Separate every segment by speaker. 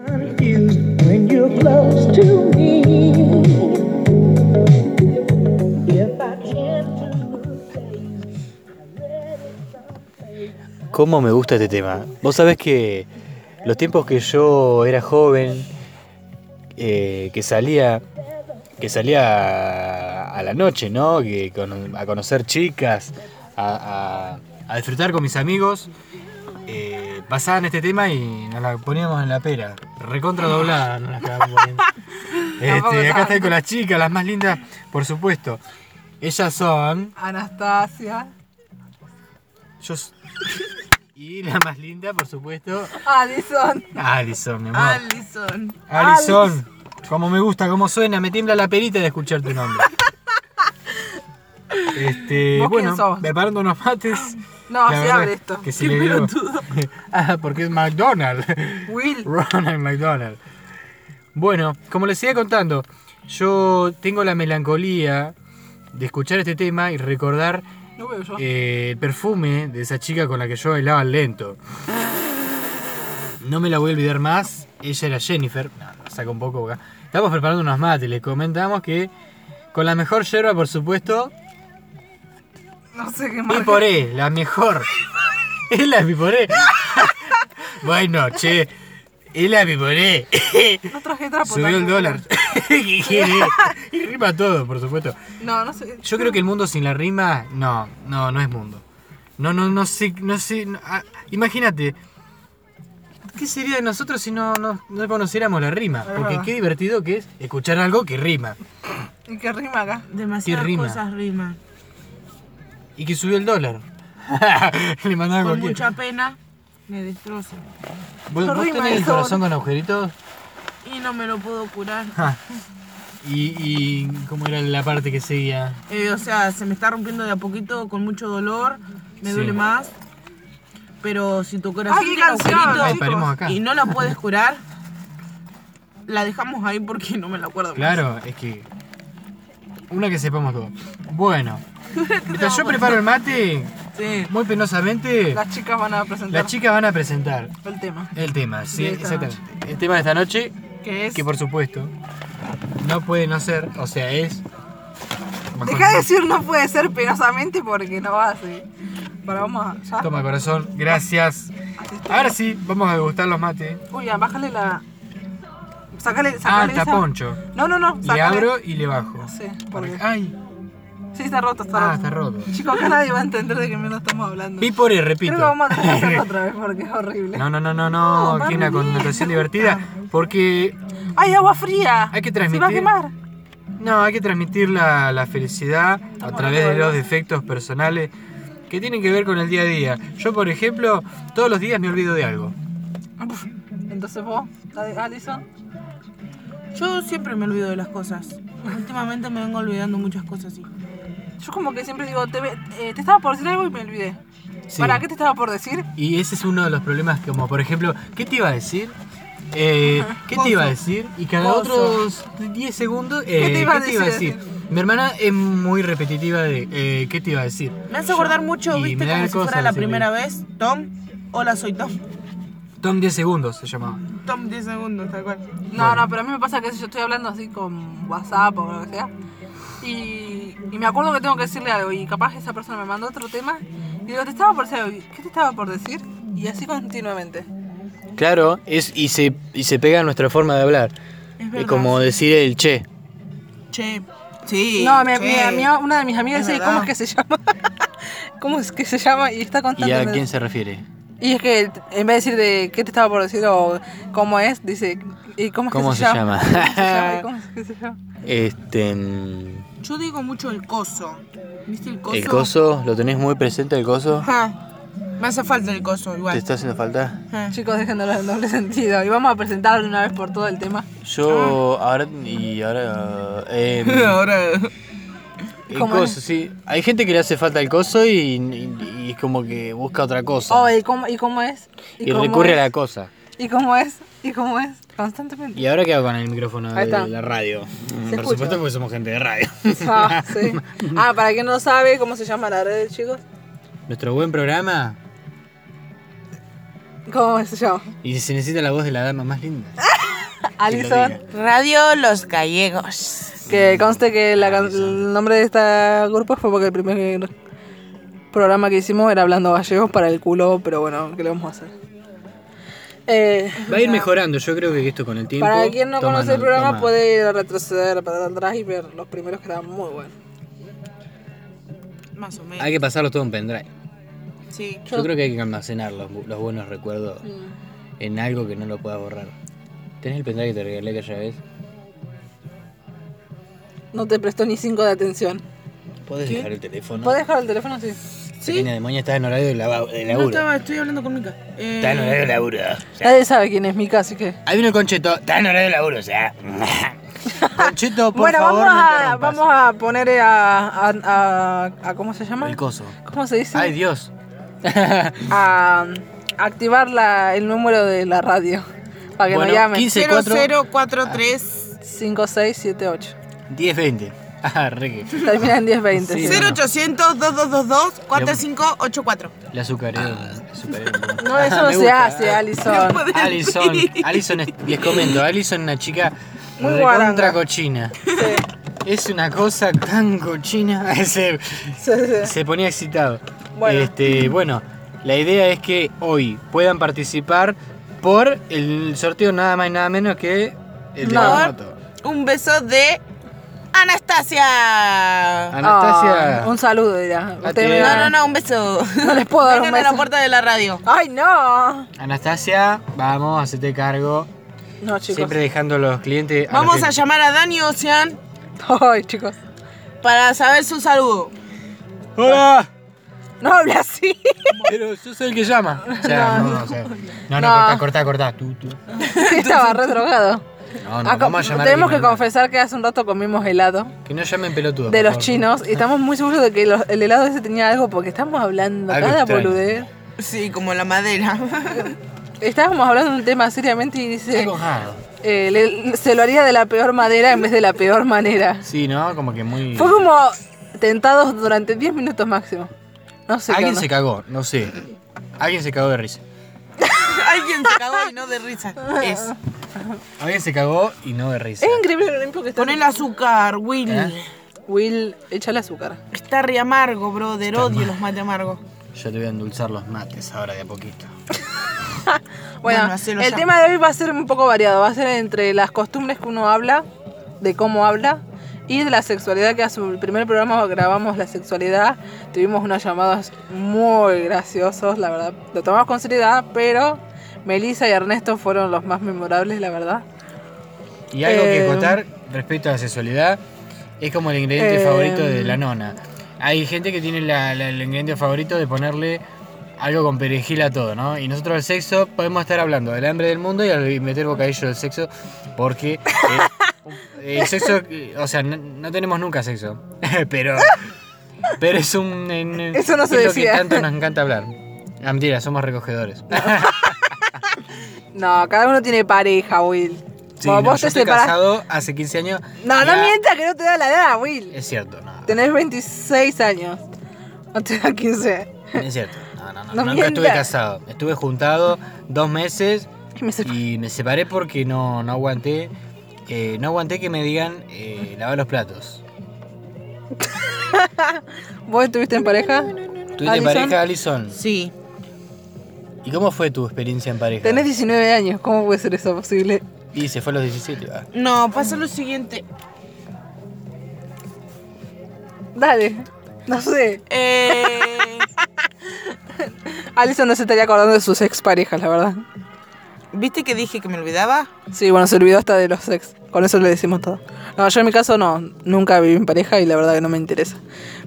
Speaker 1: Confused when you're close to me. If I can't
Speaker 2: ¿Cómo me gusta este tema? Vos sabés que los tiempos que yo era joven, eh, que salía, que salía a, a la noche, ¿no? Que con- a conocer chicas, a, a- a disfrutar con mis amigos, eh, pasaban este tema y nos la poníamos en la pera. Recontra doblada nos la acabamos poniendo.
Speaker 3: Tampoco
Speaker 2: Este, acá estoy
Speaker 3: tanto.
Speaker 2: con las chicas, las más lindas, por supuesto. Ellas son.
Speaker 3: Anastasia.
Speaker 2: Yo. s- Y la más linda, por supuesto,
Speaker 3: Alison.
Speaker 2: Alison, mi amor.
Speaker 3: Alison.
Speaker 2: Alison, como me gusta, cómo suena, me tiembla la perita de escuchar tu nombre. Este,
Speaker 3: ¿Vos quién
Speaker 2: bueno,
Speaker 3: sos?
Speaker 2: preparando unos mates.
Speaker 3: No,
Speaker 2: la
Speaker 3: se
Speaker 2: verdad
Speaker 3: abre esto.
Speaker 2: Que se le dio. ah, porque es McDonald's.
Speaker 3: Will.
Speaker 2: Ronald McDonald. Bueno, como les iba contando, yo tengo la melancolía de escuchar este tema y recordar
Speaker 3: No veo yo.
Speaker 2: eh, el perfume de esa chica con la que yo bailaba al lento. No me la voy a olvidar más. Ella era Jennifer. No, saca un poco acá. Estamos preparando unos mates. Les comentamos que con la mejor yerba, por supuesto,
Speaker 3: No sé qué más.
Speaker 2: Piporé, la mejor. Es la Piporé. bueno, che. Es la Piporé.
Speaker 3: No traje trapo.
Speaker 2: Subió el
Speaker 3: tampoco.
Speaker 2: dólar. ¿Qué quiere? y rima todo, por supuesto.
Speaker 3: No, no sé.
Speaker 2: Yo creo que el mundo sin la rima, no, no, no es mundo. No, no, no sé, no sé. no- ah, Imagínate, ¿qué sería de nosotros si no, no, no conociéramos la rima? Porque
Speaker 3: verdad.
Speaker 2: qué divertido que es escuchar algo que rima.
Speaker 3: ¿Y qué rima acá?
Speaker 4: Demasiadas
Speaker 2: Sí, rima.
Speaker 4: cosas riman.
Speaker 2: Y que subió el dólar. Le mandaron
Speaker 4: Con
Speaker 2: cualquier.
Speaker 4: mucha pena me destroza.
Speaker 2: ¿Vos,
Speaker 3: No
Speaker 2: vos
Speaker 3: rima
Speaker 2: tenés el
Speaker 3: eso.
Speaker 2: corazón con agujeritos?
Speaker 4: Y no me lo puedo curar.
Speaker 2: Ja. Y, y cómo era la parte que seguía.
Speaker 4: Eh, o sea, se me está rompiendo de a poquito con mucho dolor. Me
Speaker 2: Sí.
Speaker 4: duele más. Pero si tu corazón
Speaker 3: Ay, qué
Speaker 4: tiene
Speaker 3: canción,
Speaker 4: agujeritos
Speaker 2: Ay, paremos acá.
Speaker 4: y no la puedes curar, la dejamos ahí porque no me la acuerdo. más.
Speaker 2: Claro, es que. Una que sepamos todo. Bueno. Mientras yo preparo el mate,
Speaker 4: Sí.
Speaker 2: muy penosamente.
Speaker 3: Las chicas van a presentar
Speaker 2: Las chicas van a presentar
Speaker 3: el tema.
Speaker 2: el tema, sí,
Speaker 3: De esta
Speaker 2: exactamente. El tema de esta noche,
Speaker 3: Que es.
Speaker 2: que por supuesto no puede no ser, o sea, es.
Speaker 3: Deja de decir no puede ser penosamente porque no va así. Pero vamos a. ya.
Speaker 2: Toma corazón, gracias.
Speaker 3: Así está.
Speaker 2: Ahora sí, vamos a degustar los mates.
Speaker 3: Uy, ya, bájale la. Sácale,
Speaker 2: Ah,
Speaker 3: sacale
Speaker 2: el
Speaker 3: esa-
Speaker 2: taponcho.
Speaker 3: No, no, no.
Speaker 2: Le
Speaker 3: sacale.
Speaker 2: abro y le bajo.
Speaker 3: No sé, por
Speaker 2: Porque-
Speaker 3: qué.
Speaker 2: Ay,
Speaker 3: Sí, está roto, está
Speaker 2: ah,
Speaker 3: roto.
Speaker 2: está roto.
Speaker 3: Chicos, acá nadie va a entender de qué mierda estamos hablando.
Speaker 2: Pi por E,
Speaker 3: Creo
Speaker 2: repito.
Speaker 3: que vamos a tener que hacerlo otra vez porque es horrible.
Speaker 2: No, no, no, no, no,
Speaker 3: No,
Speaker 2: tiene una
Speaker 3: mami.
Speaker 2: connotación divertida porque
Speaker 3: ¡Ay, agua fría!
Speaker 2: Hay que
Speaker 3: ¡Se va a
Speaker 2: transmitir-
Speaker 3: quemar!
Speaker 2: No, hay que transmitir la, la felicidad a través de los defectos personales que tienen que ver con el día a día. Yo, por ejemplo, todos los días me olvido de algo.
Speaker 3: Uf. Entonces vos, la de Alison.
Speaker 4: Yo siempre me olvido de las cosas. Últimamente me vengo olvidando muchas cosas, sí.
Speaker 3: Yo como que siempre digo, te, ve- eh, te estaba por decir algo y me olvidé.
Speaker 2: Sí.
Speaker 3: ¿Para qué te estaba por decir?
Speaker 2: Y ese es uno de los problemas, como por ejemplo, ¿qué te iba a decir? Eh, ¿Qué te iba a decir? Y cada
Speaker 4: Coso.
Speaker 2: otros 10 segundos,
Speaker 3: ¿Qué te
Speaker 2: eh,
Speaker 3: iba a
Speaker 2: ¿qué te iba a
Speaker 3: decir?
Speaker 2: decir? Mi hermana es muy repetitiva de eh, ¿qué te iba a decir?
Speaker 4: Me hace acordar mucho,
Speaker 2: Y
Speaker 4: viste,
Speaker 2: me da
Speaker 4: como si
Speaker 2: cosa
Speaker 4: fuera la
Speaker 2: decirle.
Speaker 4: primera vez. Tom, hola, soy Tom.
Speaker 2: Tom 10 segundos se llamaba.
Speaker 4: Tom 10 segundos, tal cual.
Speaker 3: No, no, pero a mí me pasa que si yo estoy hablando así con WhatsApp o lo que sea. Y, y me acuerdo que tengo que decirle algo y capaz esa persona me mandó otro tema y digo, te estaba por decir algo, ¿y ¿qué te estaba por decir? Y así continuamente.
Speaker 2: Claro, es, y, se, y se pega a nuestra forma de hablar.
Speaker 4: Es
Speaker 2: Es
Speaker 4: verdad.
Speaker 2: como decir el che.
Speaker 4: Che. Sí.
Speaker 3: No, mi,
Speaker 4: che.
Speaker 3: mi- mi- una de mis amigas
Speaker 4: Es
Speaker 3: dice, ¿cómo es
Speaker 4: verdad.
Speaker 3: que se llama? ¿Cómo es que se llama? Y está contando.
Speaker 2: ¿Y a quién se refiere?
Speaker 3: Y es que en vez de decir de qué te estaba por decir o cómo es, dice, ¿y cómo es
Speaker 2: ¿Cómo
Speaker 3: que se,
Speaker 2: se
Speaker 3: llama?
Speaker 2: llama?
Speaker 3: ¿Cómo se llama? ¿Y cómo es que se llama?
Speaker 2: Este. mm,
Speaker 4: Yo digo mucho el coso. ¿Viste el coso?
Speaker 2: El coso, ¿lo tenés muy presente el coso?
Speaker 4: Ajá. Me hace falta el coso,
Speaker 2: ¿Te
Speaker 4: igual.
Speaker 2: está haciendo falta?
Speaker 4: Ajá.
Speaker 3: Chicos, déjenlo en doble sentido. Y vamos a presentar de una vez por todo el tema.
Speaker 2: Yo
Speaker 3: Ah.
Speaker 2: ahora. Y ahora. eh,
Speaker 4: Ahora.
Speaker 2: el
Speaker 3: ¿Cómo
Speaker 2: coso,
Speaker 3: es?
Speaker 2: sí. Hay gente que le hace falta el coso y, y- y es como que busca otra cosa.
Speaker 3: Oh, ¿y cómo, y cómo es?
Speaker 2: y
Speaker 3: cómo
Speaker 2: recurre
Speaker 3: es?
Speaker 2: a la cosa.
Speaker 3: ¿Y cómo es? ¿Y cómo es? Constantemente.
Speaker 2: ¿Y ahora qué hago con el micrófono
Speaker 3: Ahí
Speaker 2: de
Speaker 3: está.
Speaker 2: la radio? Por
Speaker 3: escucha.
Speaker 2: supuesto, porque somos gente de radio.
Speaker 3: Ah, sí. Ah, para quien no sabe cómo se llama la red, chicos.
Speaker 2: Nuestro buen programa.
Speaker 3: ¿Cómo se llama?
Speaker 2: Y se necesita la voz de la dama más linda.
Speaker 3: Alison.
Speaker 4: Radio Los Gallegos.
Speaker 2: Mm,
Speaker 3: Que conste que
Speaker 2: ah,
Speaker 3: la can- el nombre de este grupo fue porque el primer programa que hicimos era hablando gallegos para el culo, pero bueno, ¿qué le vamos a hacer? Eh,
Speaker 2: Va a ir mejorando, yo creo que esto con el tiempo.
Speaker 3: para quien no
Speaker 2: toma
Speaker 3: conoce el
Speaker 2: no-
Speaker 3: programa
Speaker 2: toma-
Speaker 3: puede ir a retroceder para atrás y ver los primeros que estaban muy buenos.
Speaker 4: Más o menos.
Speaker 2: Hay que pasarlo todo en pendrive.
Speaker 4: Sí.
Speaker 2: Yo, creo que hay que almacenar los, bu- los buenos recuerdos en algo que no lo puedas borrar. ¿Tenés el pendrive que te regalé aquella vez?
Speaker 3: No te prestó ni cinco de atención.
Speaker 2: ¿Podés dejar el teléfono?
Speaker 3: ¿Puedes dejar el teléfono? Sí.
Speaker 2: Pequeña demonia, estás en horario de, lava- de
Speaker 4: No
Speaker 2: laburo.
Speaker 4: estaba, estoy hablando con Mica. Eh,
Speaker 2: Estás en horario de laburo. O sea,
Speaker 3: Nadie sabe quién es Mika, así que...
Speaker 2: hay un concheto. Estás en horario de laburo, o sea. concheto, por
Speaker 3: bueno,
Speaker 2: favor,
Speaker 3: vamos,
Speaker 2: no
Speaker 3: a,
Speaker 2: interrumpas.
Speaker 3: vamos a poner a, a, a- a- ¿Cómo se llama?
Speaker 2: El coso.
Speaker 3: ¿Cómo se dice?
Speaker 2: Ay, Dios.
Speaker 3: a activar la, el número de la radio para que
Speaker 2: Bueno,
Speaker 3: nos llamen.
Speaker 2: 15. Ah,
Speaker 4: 0043
Speaker 3: 5678.
Speaker 2: 10.20. Ah, re que.
Speaker 3: Termina en 1020.
Speaker 2: Sí.
Speaker 3: sí.
Speaker 4: 0800 2222 4584.
Speaker 2: Le azucaré. le azucaré un poco.
Speaker 3: No, eso no
Speaker 2: Me
Speaker 3: se
Speaker 2: gusta. ¿eh?
Speaker 3: hace, Alison.
Speaker 2: Alison, Alison, es- les comento, Alison es una chica
Speaker 3: Muy
Speaker 2: recontra
Speaker 3: guaranga.
Speaker 2: cochina. Es una cosa tan cochina. Se, se ponía excitado.
Speaker 3: Bueno.
Speaker 2: Este, bueno, la idea es que hoy puedan participar por el sorteo nada más y nada menos que el de la
Speaker 3: No.
Speaker 2: moto.
Speaker 4: Un beso de Anastasia.
Speaker 2: Anastasia.
Speaker 3: Ah, un saludo, dirá.
Speaker 2: La
Speaker 3: Ustedes
Speaker 2: tía.
Speaker 4: No,
Speaker 3: me-
Speaker 4: no, no, un beso.
Speaker 3: No les puedo dar un
Speaker 4: Vengan a la
Speaker 3: beso.
Speaker 4: puerta de la radio.
Speaker 3: ¡Ay, no!
Speaker 2: Anastasia, vamos, hacete cargo.
Speaker 3: No, chicos.
Speaker 2: Siempre dejando a los clientes. a la
Speaker 4: Vamos
Speaker 2: gente.
Speaker 4: a llamar a Dani Ocean
Speaker 3: Ay, chicos.
Speaker 4: para saber su saludo.
Speaker 2: ¡Hola!
Speaker 3: No habla así.
Speaker 2: Pero yo soy el que llama. O sea, no, no, o sea, no, no,
Speaker 3: No.
Speaker 2: cortá, cortá, cortá. Tú, tú.
Speaker 3: Sí, estaba re drogado.
Speaker 2: No, no,
Speaker 3: Ah,
Speaker 2: vamos a llamar a
Speaker 3: tenemos que
Speaker 2: alguien más.
Speaker 3: confesar que hace un rato comimos helado
Speaker 2: Que no llamen pelotudo.
Speaker 3: de
Speaker 2: por
Speaker 3: los
Speaker 2: favor.
Speaker 3: chinos y estamos muy seguros de que los- el helado ese tenía algo porque estamos hablando
Speaker 2: Algo
Speaker 3: cada
Speaker 2: extraño.
Speaker 3: boludez.
Speaker 4: Sí, como la madera.
Speaker 3: Estábamos hablando de un tema seriamente y dice,
Speaker 2: Está cojado.
Speaker 3: eh, le- se lo haría de la peor manera en vez de la peor manera.
Speaker 2: Sí, ¿no? Como que muy.
Speaker 3: Fue como tentados durante 10 minutos máximo. No sé. qué
Speaker 2: Alguien
Speaker 3: onda.
Speaker 2: se cagó, no sé. Alguien se cagó de risa.
Speaker 4: Alguien se cagó y no de risa.
Speaker 2: Eh.
Speaker 4: Es.
Speaker 2: Alguien se cagó y no de risa.
Speaker 3: Es increíble lo limpio que está.
Speaker 4: Pon el azúcar, Willy.
Speaker 2: ¿Eh?
Speaker 3: Will, échale azúcar.
Speaker 4: Está re amargo, brother. Odio los mate amargos.
Speaker 2: Yo te voy a endulzar los mates ahora de a poquito.
Speaker 3: Bueno,
Speaker 4: Bueno, hacelo
Speaker 3: el
Speaker 4: ya.
Speaker 3: tema de hoy va a ser un poco variado. Va a ser entre las costumbres que uno habla, de cómo habla, y de la sexualidad, que a su primer programa grabamos la sexualidad. Tuvimos unas llamadas muy graciosos, la verdad. Lo tomamos con seriedad, pero Melissa y Ernesto fueron los más memorables, la verdad.
Speaker 2: Y algo que
Speaker 3: Eh.
Speaker 2: acotar respecto a la sexualidad es como el ingrediente
Speaker 3: Eh.
Speaker 2: favorito de la nona. Hay gente que tiene la- la- el ingrediente favorito de ponerle algo con perejil a todo, ¿no? Y nosotros al sexo podemos estar hablando del hambre del mundo y al meter bocadillo del sexo porque eh, el sexo, eh, o sea, no, no tenemos nunca sexo, pero pero es un en-
Speaker 3: Eso no se
Speaker 2: es lo
Speaker 3: decía.
Speaker 2: que tanto nos encanta hablar. Ah, mentira, somos recogedores.
Speaker 3: No, cada uno tiene pareja, Will.
Speaker 2: Sí,
Speaker 3: Vos-
Speaker 2: no,
Speaker 3: vos
Speaker 2: yo
Speaker 3: te
Speaker 2: estoy
Speaker 3: separás-
Speaker 2: casado hace 15 años.
Speaker 3: No, no
Speaker 2: Ya-
Speaker 3: mientas que no te da la edad, Will.
Speaker 2: Es cierto, no.
Speaker 3: Tenés 26 años. No te da 15.
Speaker 2: Es cierto. No, no, no.
Speaker 3: No
Speaker 2: Nunca
Speaker 3: mientas.
Speaker 2: estuve casado. Estuve juntado dos meses
Speaker 3: Y me separo.
Speaker 2: y me separé porque no, no aguanté. eh, no aguanté que me digan eh, lavar los platos.
Speaker 3: ¿Vos estuviste en pareja?
Speaker 2: ¿Tuviste
Speaker 3: ¿Alison?
Speaker 2: pareja, Alison?
Speaker 4: Sí.
Speaker 2: ¿Y cómo fue tu experiencia en pareja?
Speaker 3: Tenés 19 años, ¿cómo puede ser eso posible?
Speaker 2: Y se fue a los 17. va.
Speaker 4: No, pasa lo siguiente.
Speaker 3: Dale, no sé.
Speaker 4: Eh,
Speaker 3: Alison no se estaría acordando de sus exparejas, la verdad.
Speaker 4: ¿Viste que dije que me olvidaba?
Speaker 3: Sí, bueno, se olvidó hasta de los ex. Con eso le decimos todo. No, yo en mi caso no, nunca viví en pareja y la verdad que no me interesa.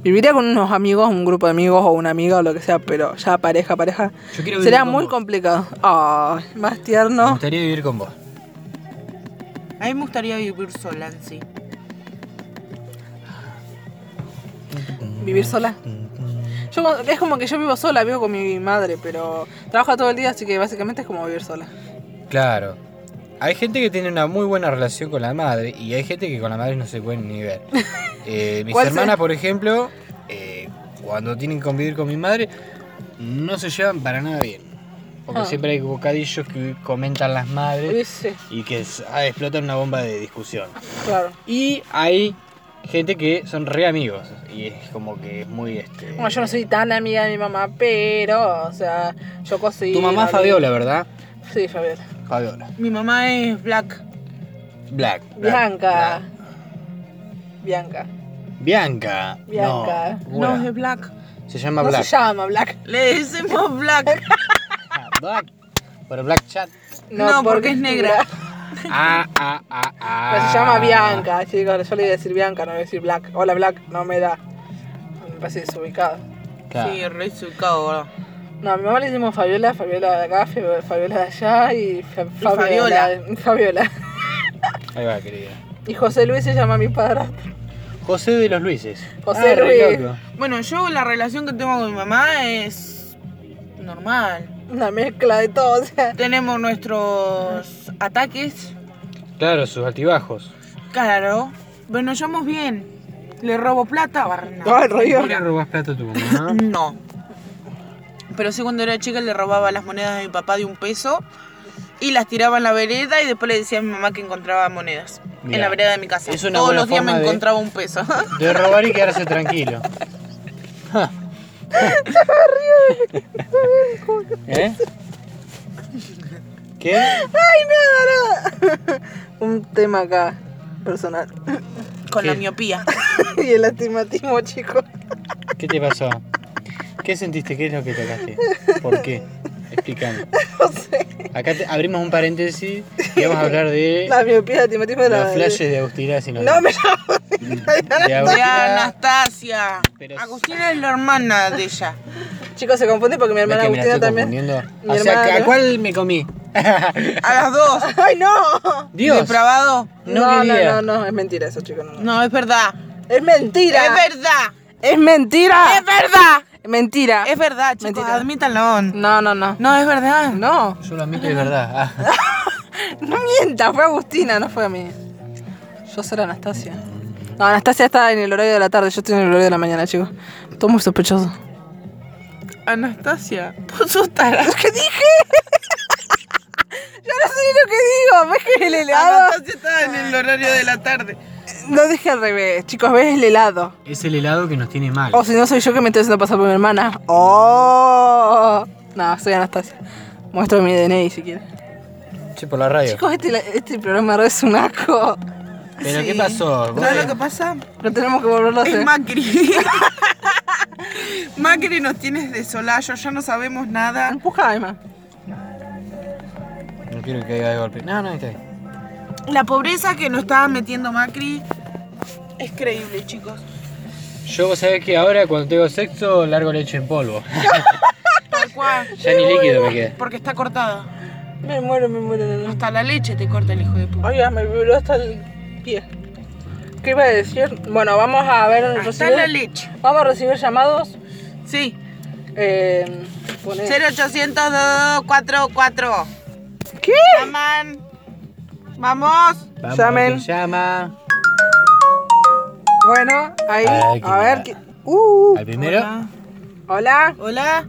Speaker 3: Viviría con unos amigos, un grupo de amigos o una amiga o lo que sea, pero ya pareja, pareja.
Speaker 2: Yo quiero vivir
Speaker 3: Sería
Speaker 2: con
Speaker 3: muy
Speaker 2: vos.
Speaker 3: complicado. Ay, más
Speaker 2: Me
Speaker 3: tierno.
Speaker 2: gustaría vivir con vos.
Speaker 4: A mí me gustaría vivir sola en sí.
Speaker 3: Vivir sola. Yo, cuando- es como que yo vivo sola, vivo con mi madre, pero trabaja todo el día, así que básicamente es como vivir sola.
Speaker 2: Claro. Hay gente que tiene una muy buena relación con la madre y hay gente que con la madre no se pueden ni ver. Eh, mis
Speaker 3: ¿Cuál
Speaker 2: hermanas,
Speaker 3: será?
Speaker 2: por ejemplo, eh, cuando tienen que convivir con mi madre, no se llevan para nada bien. Porque
Speaker 3: Ah.
Speaker 2: siempre hay bocadillos que comentan las madres
Speaker 3: Sí,
Speaker 2: y que s- ah, explotan una bomba de discusión.
Speaker 3: claro.
Speaker 2: Y hay gente que son re amigos. Y es como que es muy este.
Speaker 3: Bueno, yo no soy tan amiga de mi mamá, pero, o sea, yo cocino.
Speaker 2: Tu mamá es Fabiola, ¿verdad?
Speaker 3: Sí, Fabiola.
Speaker 2: Fabiola.
Speaker 4: Mi mamá es black.
Speaker 2: Black. Black,
Speaker 3: Bianca.
Speaker 2: Black.
Speaker 3: Bianca.
Speaker 2: Bianca.
Speaker 3: Bianca.
Speaker 2: No,
Speaker 4: No,
Speaker 2: Gura.
Speaker 4: es black.
Speaker 2: Se llama
Speaker 3: No se
Speaker 2: Ah, Black.
Speaker 3: llama Black.
Speaker 4: Le decimos black.
Speaker 2: Ah, Black. Pero Black Chat.
Speaker 4: No, porque es negra.
Speaker 2: Ah, ah, ah, ah.
Speaker 3: Pero se llama Bianca, chicos. Yo le iba a decir Bianca, no le iba a decir Black. Hola, Black. No me da. Me parece desubicado.
Speaker 2: Claro.
Speaker 4: Sí, re surcado, boludo.
Speaker 3: No, a mi mamá le decimos Fabiola, Fabiola de acá, Fab- Fabiola de allá y Fa-
Speaker 4: Fabiola.
Speaker 3: Fabiola.
Speaker 2: Ahí va, querida.
Speaker 3: Y José Luis se llama mi padrastro.
Speaker 2: José de los Luises.
Speaker 3: José
Speaker 2: Ah, re
Speaker 3: Luis.
Speaker 2: loco.
Speaker 4: Bueno, yo la relación que tengo con mi mamá es normal.
Speaker 3: Una mezcla de todo, o sea.
Speaker 4: Tenemos nuestros ataques,
Speaker 2: Claro, sus altibajos.
Speaker 4: claro, pero nos llevamos bien. Le robo plata, barna.
Speaker 3: Ay, rollo.
Speaker 2: ¿Cómo le robás plata a tu mamá?
Speaker 4: No. Pero sí cuando era chica le robaba las monedas de mi papá de un peso y las tiraba en la vereda y después le decía a mi mamá que encontraba monedas.
Speaker 2: Mirá,
Speaker 4: en la vereda de mi casa.
Speaker 2: es una
Speaker 4: Todos
Speaker 2: buena
Speaker 4: los días me
Speaker 2: forma de-
Speaker 4: encontraba un peso.
Speaker 2: De robar y quedarse tranquilo. Ja. ¿Eh? ¿Qué?
Speaker 3: Un tema acá, personal.
Speaker 4: Con la
Speaker 2: Sí.
Speaker 4: miopía.
Speaker 3: y el astigmatismo, chicos.
Speaker 2: ¿Qué te pasó? ¿Qué sentiste? ¿Qué es lo que tocaste? ¿Por qué? Explícame.
Speaker 3: No sé.
Speaker 2: Acá te- abrimos un paréntesis y vamos a hablar de
Speaker 3: La miopía, el astigmatismo de la.
Speaker 2: los flashes de Agustina. Si
Speaker 3: No me llamo.
Speaker 2: de
Speaker 4: De
Speaker 2: Agustina.
Speaker 4: Anastasia.
Speaker 2: Pero-
Speaker 4: Agustina es la hermana de ella.
Speaker 3: Chicos, se confunden porque mi
Speaker 2: ¿Ves
Speaker 3: hermana
Speaker 2: que me la
Speaker 3: Agustina
Speaker 2: estoy
Speaker 3: también.
Speaker 2: confundiendo?
Speaker 3: Mi
Speaker 2: O sea,
Speaker 3: hermana-
Speaker 2: ¿a cuál me comí?
Speaker 4: A las dos.
Speaker 3: ¡Ay, no!
Speaker 2: Dios.
Speaker 4: Depravado.
Speaker 2: No,
Speaker 3: no,
Speaker 2: quería.
Speaker 3: no, no, no, es mentira eso, chicos. no, no.
Speaker 4: No, es verdad.
Speaker 3: Es mentira.
Speaker 4: Es verdad.
Speaker 3: Es mentira.
Speaker 4: Es verdad.
Speaker 3: mentira.
Speaker 4: Es verdad, chicos.
Speaker 3: Mentira.
Speaker 4: Admítanlo.
Speaker 3: No, no, no.
Speaker 4: No, es verdad.
Speaker 3: No,
Speaker 2: Yo lo admito, es verdad. Ah.
Speaker 3: no mientas, fue Agustina, no fue a mí. Yo soy la Anastasia. No, Anastasia está en el horario de la tarde, yo estoy en el horario de la mañana, chicos. Todo muy sospechoso.
Speaker 4: Anastasia. Vos sos tarada.
Speaker 3: ¿Qué dije? yo no sé ni lo que digo, ¿ves que es el helado?
Speaker 4: Anastasia estaba en el horario de la tarde.
Speaker 3: No dije al revés, chicos, ves el helado.
Speaker 2: Es el helado que nos tiene mal.
Speaker 3: O si no, soy yo que me estoy haciendo pasar por mi hermana. ¡Oh! No, soy Anastasia. Muestro mi DNI si quieres.
Speaker 2: Che, por la radio.
Speaker 3: Chicos, este, este programa es un asco.
Speaker 2: ¿Pero
Speaker 4: Sí.
Speaker 2: qué pasó? Vos-
Speaker 4: ¿Sabes lo que pasa?
Speaker 3: No tenemos que volverlo a hacer.
Speaker 4: Es Macri. Macri nos tienes de solayo, ya no sabemos nada.
Speaker 3: Empuja, además.
Speaker 2: No quiero que caiga de golpe. No, no, está bien.
Speaker 4: La pobreza que nos estaba metiendo Macri es creíble, chicos.
Speaker 2: Yo, vos sabés que ahora cuando tengo sexo, largo leche en polvo.
Speaker 4: Tal cual.
Speaker 2: ya ni líquido me queda.
Speaker 4: Porque está cortada.
Speaker 3: Me muero, me muero. de
Speaker 4: Hasta la leche te corta el hijo de puta.
Speaker 3: Oiga, me vibró hasta el pie. ¿Qué iba a decir? Bueno, vamos a ver.
Speaker 4: Hasta
Speaker 3: recibir-
Speaker 4: la leche.
Speaker 3: Vamos a recibir llamados.
Speaker 4: Sí.
Speaker 3: Eh, poné-
Speaker 4: 0800-244.
Speaker 3: ¿Qué?
Speaker 4: Llaman. Vamos.
Speaker 2: Vamos,
Speaker 3: Llamen.
Speaker 2: que Llama.
Speaker 3: Bueno, ahí.
Speaker 2: Ay, qué
Speaker 3: a ver.
Speaker 2: mala.
Speaker 3: qué- Uh,
Speaker 2: Al primero.
Speaker 4: Hola.
Speaker 3: hola.
Speaker 4: Hola.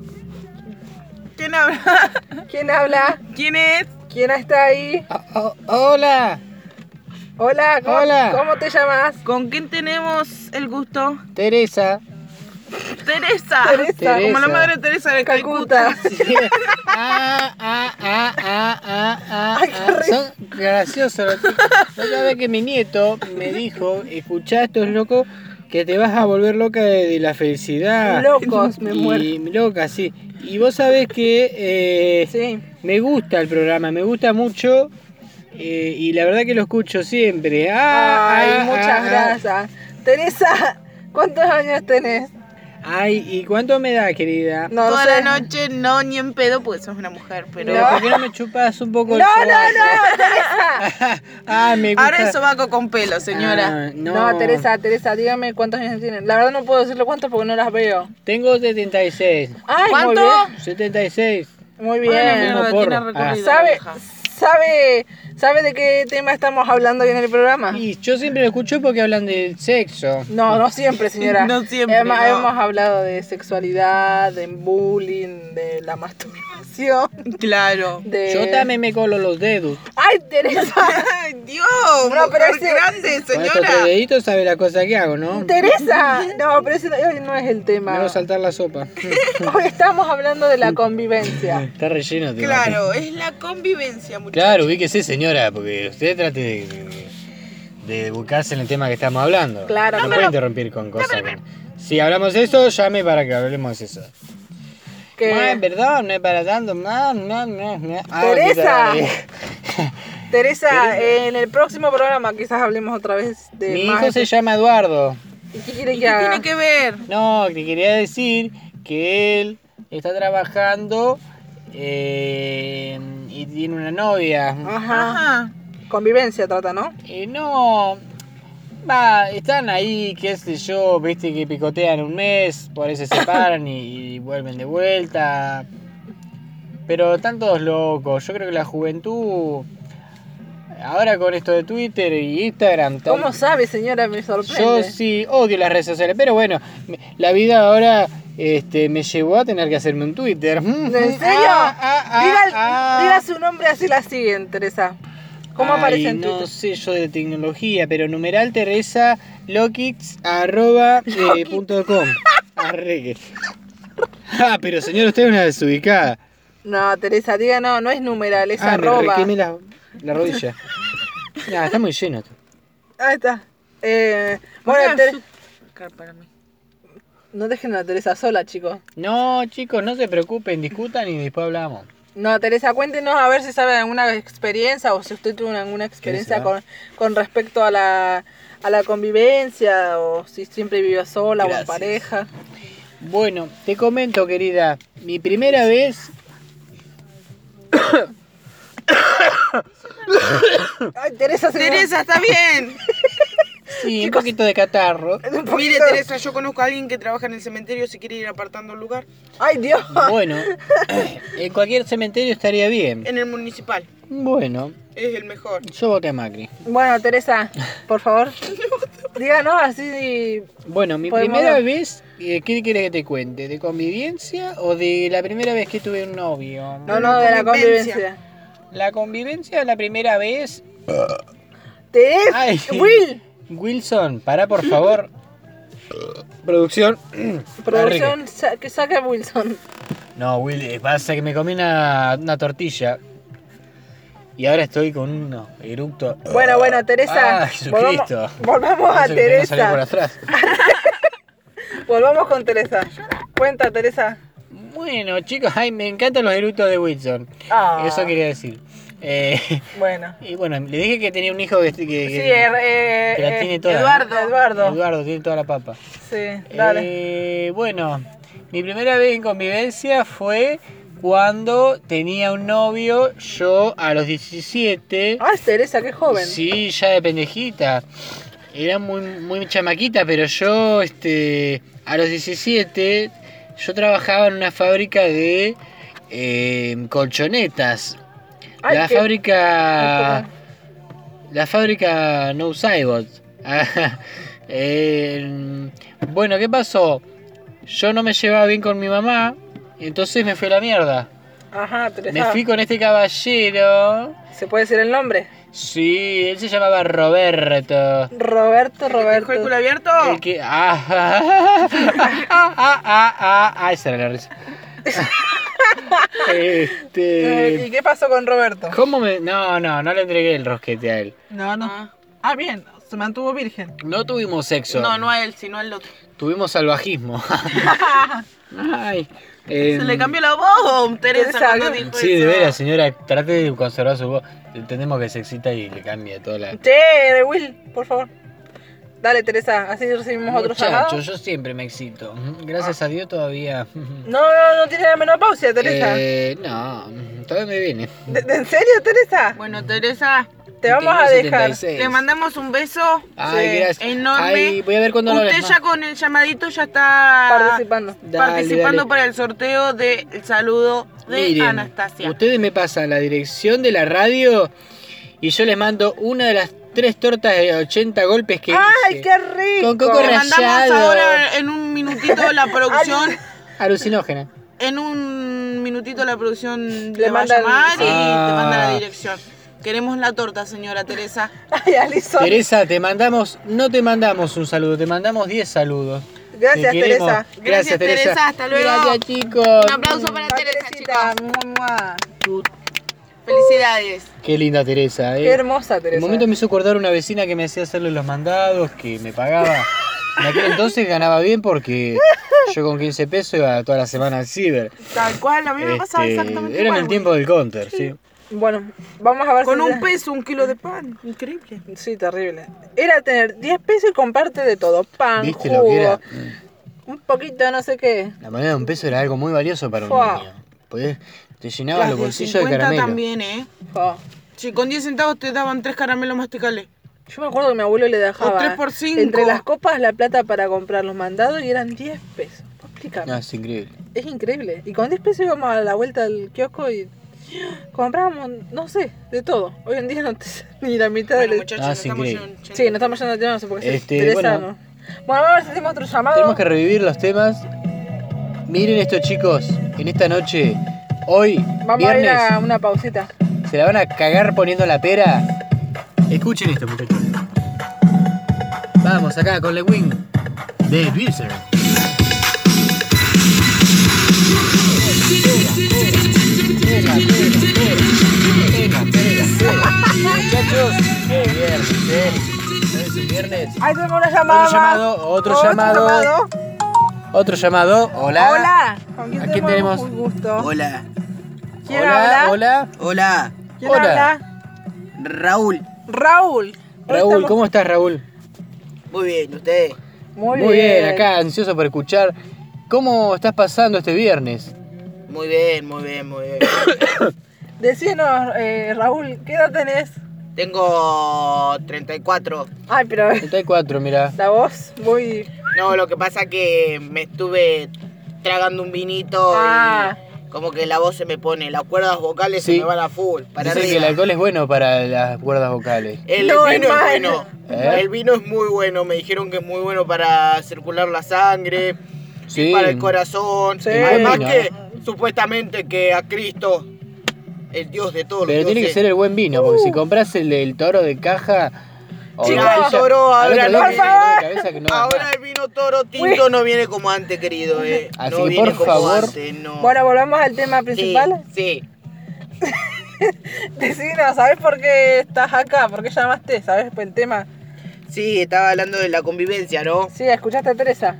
Speaker 4: ¿Quién habla?
Speaker 3: ¿Quién habla?
Speaker 4: ¿Quién es?
Speaker 3: ¿Quién está ahí?
Speaker 2: Ah, oh, hola.
Speaker 3: Hola, ¿cómo,
Speaker 2: Hola.
Speaker 3: ¿cómo te llamas?
Speaker 4: ¿Con quién tenemos el gusto?
Speaker 2: Teresa.
Speaker 4: Teresa.
Speaker 3: Teresa.
Speaker 4: Como la madre Teresa de Calcuta.
Speaker 3: Calcuta.
Speaker 2: ah, ah, ah, ah, ah, ah. ah. Son graciosos. No sabes que mi nieto me dijo, escuchá estos locos, que te vas a volver loca de, de la felicidad.
Speaker 3: Locos, me
Speaker 2: y
Speaker 3: muero.
Speaker 2: loca, sí. Y vos sabés que eh,
Speaker 3: Sí.
Speaker 2: me gusta el programa, me gusta mucho. eh, y la verdad que lo escucho siempre. Ah,
Speaker 3: Ay,
Speaker 2: ah,
Speaker 3: muchas
Speaker 2: ah,
Speaker 3: gracias. Teresa, ¿cuántos años tenés?
Speaker 2: ah. Ay, ¿y cuánto me da, querida?
Speaker 3: No,
Speaker 4: Toda
Speaker 3: sé.
Speaker 4: la noche no, ni en pedo, porque sos una mujer, pero...
Speaker 2: Pero ¿por qué no me chupas un poco
Speaker 3: No,
Speaker 2: el
Speaker 3: no,
Speaker 2: sobaco?
Speaker 3: no, Teresa.
Speaker 2: Ah, me gusta.
Speaker 4: Ahora es sobaco con pelo, señora.
Speaker 2: Ah,
Speaker 3: No.
Speaker 2: no.
Speaker 3: Teresa, Teresa, dígame cuántos años tienen. La verdad no puedo decirle cuántos porque no las veo.
Speaker 2: Tengo 76.
Speaker 3: Ay,
Speaker 4: ¿Cuánto?
Speaker 2: ¿76?
Speaker 3: Muy bien. Muy
Speaker 4: Bueno,
Speaker 3: bien. ah.
Speaker 4: mierda,
Speaker 2: Como porro.
Speaker 4: tiene recorrido.
Speaker 3: ¿Sabe?
Speaker 4: la vieja.
Speaker 3: ¿Sabe? ¿Sabe de qué tema estamos hablando hoy en el programa?
Speaker 2: Y yo siempre lo escucho porque hablan del sexo.
Speaker 3: No, no siempre, señora.
Speaker 4: No siempre,
Speaker 3: Hemos,
Speaker 4: no.
Speaker 3: hemos hablado de sexualidad, de bullying, de la masturbación,
Speaker 4: Claro.
Speaker 3: de.
Speaker 2: Yo también me colo los dedos.
Speaker 3: ¡Ay, Teresa!
Speaker 4: ¡Ay, Dios!
Speaker 3: No, pero
Speaker 4: mujer
Speaker 3: ese-
Speaker 4: grande,
Speaker 2: Con estos tres
Speaker 4: señora!
Speaker 2: deditos sabe la cosa que hago, ¿no?
Speaker 3: ¡Teresa! No, pero ese no, hoy no es el
Speaker 2: Me
Speaker 3: tema.
Speaker 2: va a saltar la sopa.
Speaker 3: Hoy estamos hablando de la convivencia.
Speaker 5: Está relleno de
Speaker 4: Claro, es la convivencia, muchachos.
Speaker 5: Claro, ubíquese señora, porque usted trate de, de buscarse en el tema que estamos hablando.
Speaker 3: Claro,
Speaker 5: No
Speaker 3: claro.
Speaker 5: puede interrumpir con cosas. que- Si hablamos de eso, llame para que hablemos de eso.
Speaker 3: Que...
Speaker 2: Ay, perdón, no es para tanto. No, no, no, no. Ah,
Speaker 3: Teresa.
Speaker 2: qué tal.
Speaker 3: Teresa, en el próximo programa quizás hablemos otra vez de
Speaker 2: Mi
Speaker 3: más-
Speaker 2: hijo se llama Eduardo.
Speaker 3: ¿Y qué quiere
Speaker 4: ¿Y
Speaker 3: que
Speaker 4: qué
Speaker 3: haga?
Speaker 4: tiene que ver?
Speaker 2: No, te quería decir que él está trabajando eh, y tiene una novia.
Speaker 3: Ajá.
Speaker 4: Ajá.
Speaker 3: Convivencia trata, ¿no?
Speaker 2: Eh, no, va, están ahí, qué sé yo, viste que picotean un mes, por ahí se separan y, y vuelven de vuelta. Pero están todos locos. Yo creo que la juventud, ahora con esto de Twitter y Instagram, tan-
Speaker 3: ¿Cómo sabe, señora? Me
Speaker 2: Yo
Speaker 3: sorprende.
Speaker 2: sí odio las redes sociales, pero bueno, me- la vida ahora este, me llevó a tener que hacerme un Twitter. Mm, ah, ¿En
Speaker 3: ¿En serio? diga, el-
Speaker 2: ah.
Speaker 3: diga su nombre así la siguen, Teresa. ¿Cómo aparece en
Speaker 2: No
Speaker 3: Twitter?
Speaker 2: sé yo de tecnología, pero numeral Teresa Lokitz arroba eh, punto com. Arre que- Ah, pero señor, usted es una desubicada.
Speaker 3: No, Teresa, diga no, no es numeral, es
Speaker 2: Ah, me
Speaker 3: arroba.
Speaker 2: requemé la, la rodilla. Nah, está muy lleno esto.
Speaker 3: Ahí está. Eh, bueno,
Speaker 4: Bueno,
Speaker 3: Ter-
Speaker 4: para mí.
Speaker 3: no dejen a Teresa sola, chicos.
Speaker 2: No, chicos, no se preocupen, discutan y después hablamos.
Speaker 3: No, Teresa, cuéntenos a ver si sabe alguna experiencia o si usted tuvo alguna experiencia con, con respecto a la, a la convivencia o si siempre vivió sola o en pareja.
Speaker 2: Bueno, te comento, querida, mi primera vez
Speaker 3: Ay, Teresa, se me-
Speaker 4: Teresa, está bien.
Speaker 2: Sí, un poquito de catarro.
Speaker 3: un poquito-
Speaker 4: Mire, Teresa, yo conozco a alguien que trabaja en el cementerio si quiere ir apartando un lugar.
Speaker 3: Ay, Dios.
Speaker 2: Bueno, en cualquier cementerio estaría bien.
Speaker 4: En el municipal.
Speaker 2: Bueno,
Speaker 4: Es el mejor.
Speaker 2: yo voté a Macri.
Speaker 3: Bueno, Teresa, por favor, díganos así.
Speaker 2: Bueno, mi
Speaker 3: Podemos
Speaker 2: primera
Speaker 3: ver.
Speaker 2: vez, eh, ¿qué quieres que te cuente? ¿De convivencia o de la primera vez que tuve un novio?
Speaker 3: No, no, de la
Speaker 4: Convivencia.
Speaker 3: convivencia.
Speaker 2: La convivencia la primera vez.
Speaker 3: Teresa,
Speaker 2: Ay.
Speaker 3: Will,
Speaker 2: Wilson, para por favor. Producción.
Speaker 3: producción, sa- que saque a Wilson.
Speaker 2: No, Will, eh, pasa que me comí una, una tortilla. Y ahora estoy con unos eructos.
Speaker 3: Bueno, bueno, Teresa,
Speaker 2: Ah, Jesucristo.
Speaker 3: volvamos, volvamos a
Speaker 2: Eso que tengo que salir por
Speaker 3: Teresa.
Speaker 2: atrás.
Speaker 3: Volvamos con Teresa. Cuenta, Teresa.
Speaker 2: Bueno, chicos, ay, me encantan los eructos de Wilson.
Speaker 3: Ah.
Speaker 2: Eso quería decir. Eh,
Speaker 3: Bueno.
Speaker 2: y bueno, le dije que tenía un hijo que, que- que-
Speaker 3: Sí, er- eh,
Speaker 2: que la
Speaker 3: eh,
Speaker 2: tiene toda.
Speaker 3: Eduardo. Eduardo.
Speaker 2: Eduardo tiene toda la papa.
Speaker 3: Sí, dale.
Speaker 2: Eh, bueno, mi primera vez en convivencia fue cuando tenía un novio, yo a los 17.
Speaker 3: Ay, Ah, Teresa, qué joven.
Speaker 2: Sí, ya de pendejita. Era muy, muy chamaquita, pero yo este, a los 17 yo trabajaba en una fábrica de eh, colchonetas.
Speaker 3: Ay,
Speaker 2: la
Speaker 3: qué-
Speaker 2: fábrica... La fábrica No Saibot. Eh, bueno, ¿qué pasó? Yo no me llevaba bien con mi mamá, entonces me fui a la mierda.
Speaker 3: Ajá, Teresa.
Speaker 2: Me fui con este caballero.
Speaker 3: ¿Se puede decir el nombre?
Speaker 2: Sí, él se llamaba Roberto.
Speaker 3: Roberto,
Speaker 4: ¿Dejó el culo
Speaker 3: Roberto.
Speaker 4: abierto?
Speaker 2: El que. Ah, ah, ah, ah, ah, ah, ah, esa era la risa.
Speaker 3: Eh,
Speaker 2: Este.
Speaker 3: ¿Y qué pasó con Roberto?
Speaker 2: ¿Cómo me.? No, no, no le entregué el rosquete a él.
Speaker 3: No, no. Ah, bien, se mantuvo virgen.
Speaker 2: No tuvimos sexo.
Speaker 4: No, no a él, sino al otro.
Speaker 2: Tuvimos salvajismo. Ay.
Speaker 4: Se le
Speaker 2: em,
Speaker 4: cambió la voz, Teresa,
Speaker 3: Teresa,
Speaker 4: cuando
Speaker 3: ¿qué?
Speaker 4: dijo
Speaker 2: Sí,
Speaker 4: eso.
Speaker 2: de veras, señora. Trate de conservar su voz. Entendemos que se excita y le cambia toda la.
Speaker 3: Che, Will, por favor. Dale, Teresa, así recibimos otro
Speaker 2: Muchacho,
Speaker 3: llamado.
Speaker 2: yo siempre me excito. Gracias a Dios todavía.
Speaker 3: No, no, no tiene la menopausia, Teresa.
Speaker 2: Eh, no, todavía me viene.
Speaker 3: ¿De- de- ¿En serio, Teresa?
Speaker 4: Bueno, Teresa,
Speaker 3: Te vamos a
Speaker 2: Tengo
Speaker 3: dejar.
Speaker 2: 76.
Speaker 4: te mandamos un beso. eh,
Speaker 2: Ay,
Speaker 3: Sí,
Speaker 2: gracias.
Speaker 4: enorme.
Speaker 2: Ay, voy a ver cuándo lo
Speaker 4: Usted ya con el llamadito ya está
Speaker 3: Participando.
Speaker 4: participando para el sorteo del saludo de Anastasia.
Speaker 2: Ustedes me pasan la dirección de la radio Y yo les mando una de las tres tortas de 80 golpes que
Speaker 3: ¡Ay,
Speaker 2: hice.
Speaker 3: qué rico!
Speaker 2: Con coco
Speaker 6: Le mandamos
Speaker 2: rallado.
Speaker 6: ahora en un minutito la producción.
Speaker 2: Alucinógena.
Speaker 6: en un minutito la producción le,
Speaker 3: Le
Speaker 6: va a
Speaker 3: mandan-
Speaker 6: llamar y
Speaker 2: Ah.
Speaker 6: te manda la dirección. Queremos la torta, señora Teresa.
Speaker 3: ¡Ay, Alison!
Speaker 2: Teresa, te mandamos, no te mandamos un saludo, te mandamos 10 saludos.
Speaker 3: Gracias,
Speaker 2: Te queremos.
Speaker 3: Teresa.
Speaker 6: Gracias, Teresa. Hasta luego.
Speaker 2: Gracias, chicos.
Speaker 6: Un aplauso para Teresa,
Speaker 3: Teresita.
Speaker 6: chicos.
Speaker 2: Eh,
Speaker 6: Felicidades.
Speaker 2: Qué linda Teresa, eh.
Speaker 3: ¡Qué hermosa,
Speaker 2: En un
Speaker 3: Teresa!
Speaker 2: momento me hizo acordar una vecina que me hacía hacerle los mandados, que me pagaba. En aquel entonces ganaba bien porque yo con 15 pesos iba toda la semana al ciber.
Speaker 6: Tal cual, a mí me pasaba
Speaker 2: Este,
Speaker 6: exactamente
Speaker 2: Era en
Speaker 6: igual.
Speaker 2: el tiempo del counter, sí.
Speaker 3: Bueno, vamos a ver
Speaker 6: Con
Speaker 3: si-
Speaker 6: un peso, un kilo de pan. Increíble.
Speaker 3: Sí, terrible. Era tener 10 pesos y comparte de todo. Pan,
Speaker 2: ¿Viste
Speaker 3: jugo,
Speaker 2: lo que era?
Speaker 3: un poquito de no sé qué.
Speaker 2: La moneda de un peso era algo muy valioso para un
Speaker 3: Fua.
Speaker 2: niño. Podés- te llenabas
Speaker 6: Las
Speaker 2: los
Speaker 6: de
Speaker 2: bolsillos de
Speaker 6: 50
Speaker 2: caramelo.
Speaker 6: también, ¿eh?
Speaker 3: Jo.
Speaker 6: Si con 10 centavos te daban tres caramelos masticales.
Speaker 3: Yo me acuerdo que mi abuelo le dejaba
Speaker 6: O tres por cinco.
Speaker 3: entre las copas la plata para comprar los mandados y eran 10 pesos. Vos Explícame.
Speaker 2: No, es increíble.
Speaker 3: Es increíble. Y con 10 pesos íbamos a la vuelta del kiosco y comprábamos, no sé, de todo. Hoy en día no te ni la mitad
Speaker 6: Bueno,
Speaker 3: del...
Speaker 6: muchachos,
Speaker 2: Ah,
Speaker 6: nos
Speaker 2: sí,
Speaker 6: estamos
Speaker 2: increíble.
Speaker 6: yendo-
Speaker 3: Sí, nos estamos yendo al tema, no sé por qué.
Speaker 2: Este,
Speaker 3: Teresa,
Speaker 2: bueno.
Speaker 3: no. Bueno, vamos a ver si hacemos otro llamado.
Speaker 2: Tenemos que revivir los temas. Miren esto, chicos. En esta noche, hoy,
Speaker 3: Vamos
Speaker 2: viernes,
Speaker 3: a ir a una pausita.
Speaker 2: se la van a cagar poniendo la pera. Escuchen esto, muchachos. Vamos acá con Lewin de Dweezer. Muchachos, qué viernes, ¿eh? ¿No es un viernes?
Speaker 3: Ahí tenemos una llamada.
Speaker 2: Otro llamado,
Speaker 3: más.
Speaker 2: otro llamado. Otro llamado. Hola.
Speaker 3: Hola. ¿Con quién
Speaker 2: ¿A quién tenemos?
Speaker 3: tenemos? Un gusto.
Speaker 4: Hola,
Speaker 3: ¿Quién
Speaker 2: hola,
Speaker 3: habla?
Speaker 2: hola.
Speaker 4: hola,
Speaker 3: ¿Quién
Speaker 2: Hola.
Speaker 3: habla?
Speaker 4: Raúl.
Speaker 3: Raúl. Hoy
Speaker 2: Raúl,
Speaker 3: estamos-
Speaker 2: ¿cómo estás, Raúl?
Speaker 4: Muy bien, ustedes.
Speaker 3: Muy,
Speaker 2: Muy bien. acá ansioso por escuchar. ¿Cómo estás pasando este viernes?
Speaker 4: Muy bien, muy bien, muy bien.
Speaker 3: Decinos, eh, Raúl, ¿qué edad tenés?
Speaker 4: Tengo 34.
Speaker 3: Ay, pero
Speaker 2: 34, mira.
Speaker 3: la voz muy...
Speaker 4: No, lo que pasa que me estuve tragando un vinito
Speaker 3: Ah.
Speaker 4: y como que la voz se me pone, las cuerdas vocales
Speaker 2: Sí.
Speaker 4: se me van a full.
Speaker 2: Dicen
Speaker 4: Para
Speaker 2: que el
Speaker 4: arriba.
Speaker 2: alcohol es bueno para las cuerdas vocales.
Speaker 4: El
Speaker 3: No,
Speaker 4: vino
Speaker 3: es
Speaker 4: es
Speaker 3: malo.
Speaker 4: bueno.
Speaker 2: ¿Eh?
Speaker 4: El vino es muy bueno. Me dijeron que es muy bueno para circular la sangre,
Speaker 2: Sí.
Speaker 4: para el corazón.
Speaker 3: Sí.
Speaker 4: Además
Speaker 2: Bueno.
Speaker 4: que supuestamente que a Cristo, el Dios de todos
Speaker 2: Pero
Speaker 4: los
Speaker 2: tiene que
Speaker 4: dioses,
Speaker 2: ser el buen vino, porque si compras el del toro de caja. o
Speaker 4: Chicos,
Speaker 2: la botella,
Speaker 4: toro,
Speaker 2: al
Speaker 4: ahora
Speaker 2: otro día
Speaker 4: no.
Speaker 2: te da dolor
Speaker 4: Por
Speaker 2: de
Speaker 3: favor.
Speaker 2: cabeza que no vas
Speaker 4: Ahora
Speaker 2: más.
Speaker 4: el vino toro tinto no viene como antes, querido. Eh.
Speaker 2: Así
Speaker 4: no
Speaker 2: que,
Speaker 4: viene
Speaker 2: Ah, por
Speaker 4: como
Speaker 2: favor.
Speaker 4: antes, no.
Speaker 3: Bueno, volvamos al tema
Speaker 4: sí,
Speaker 3: principal.
Speaker 4: sí.
Speaker 3: Decinos, ¿sabes por qué estás acá? ¿Por qué llamaste? ¿Sabes el tema?
Speaker 4: Sí, estaba hablando de la convivencia, ¿no?
Speaker 3: Sí, ¿escuchaste a Teresa?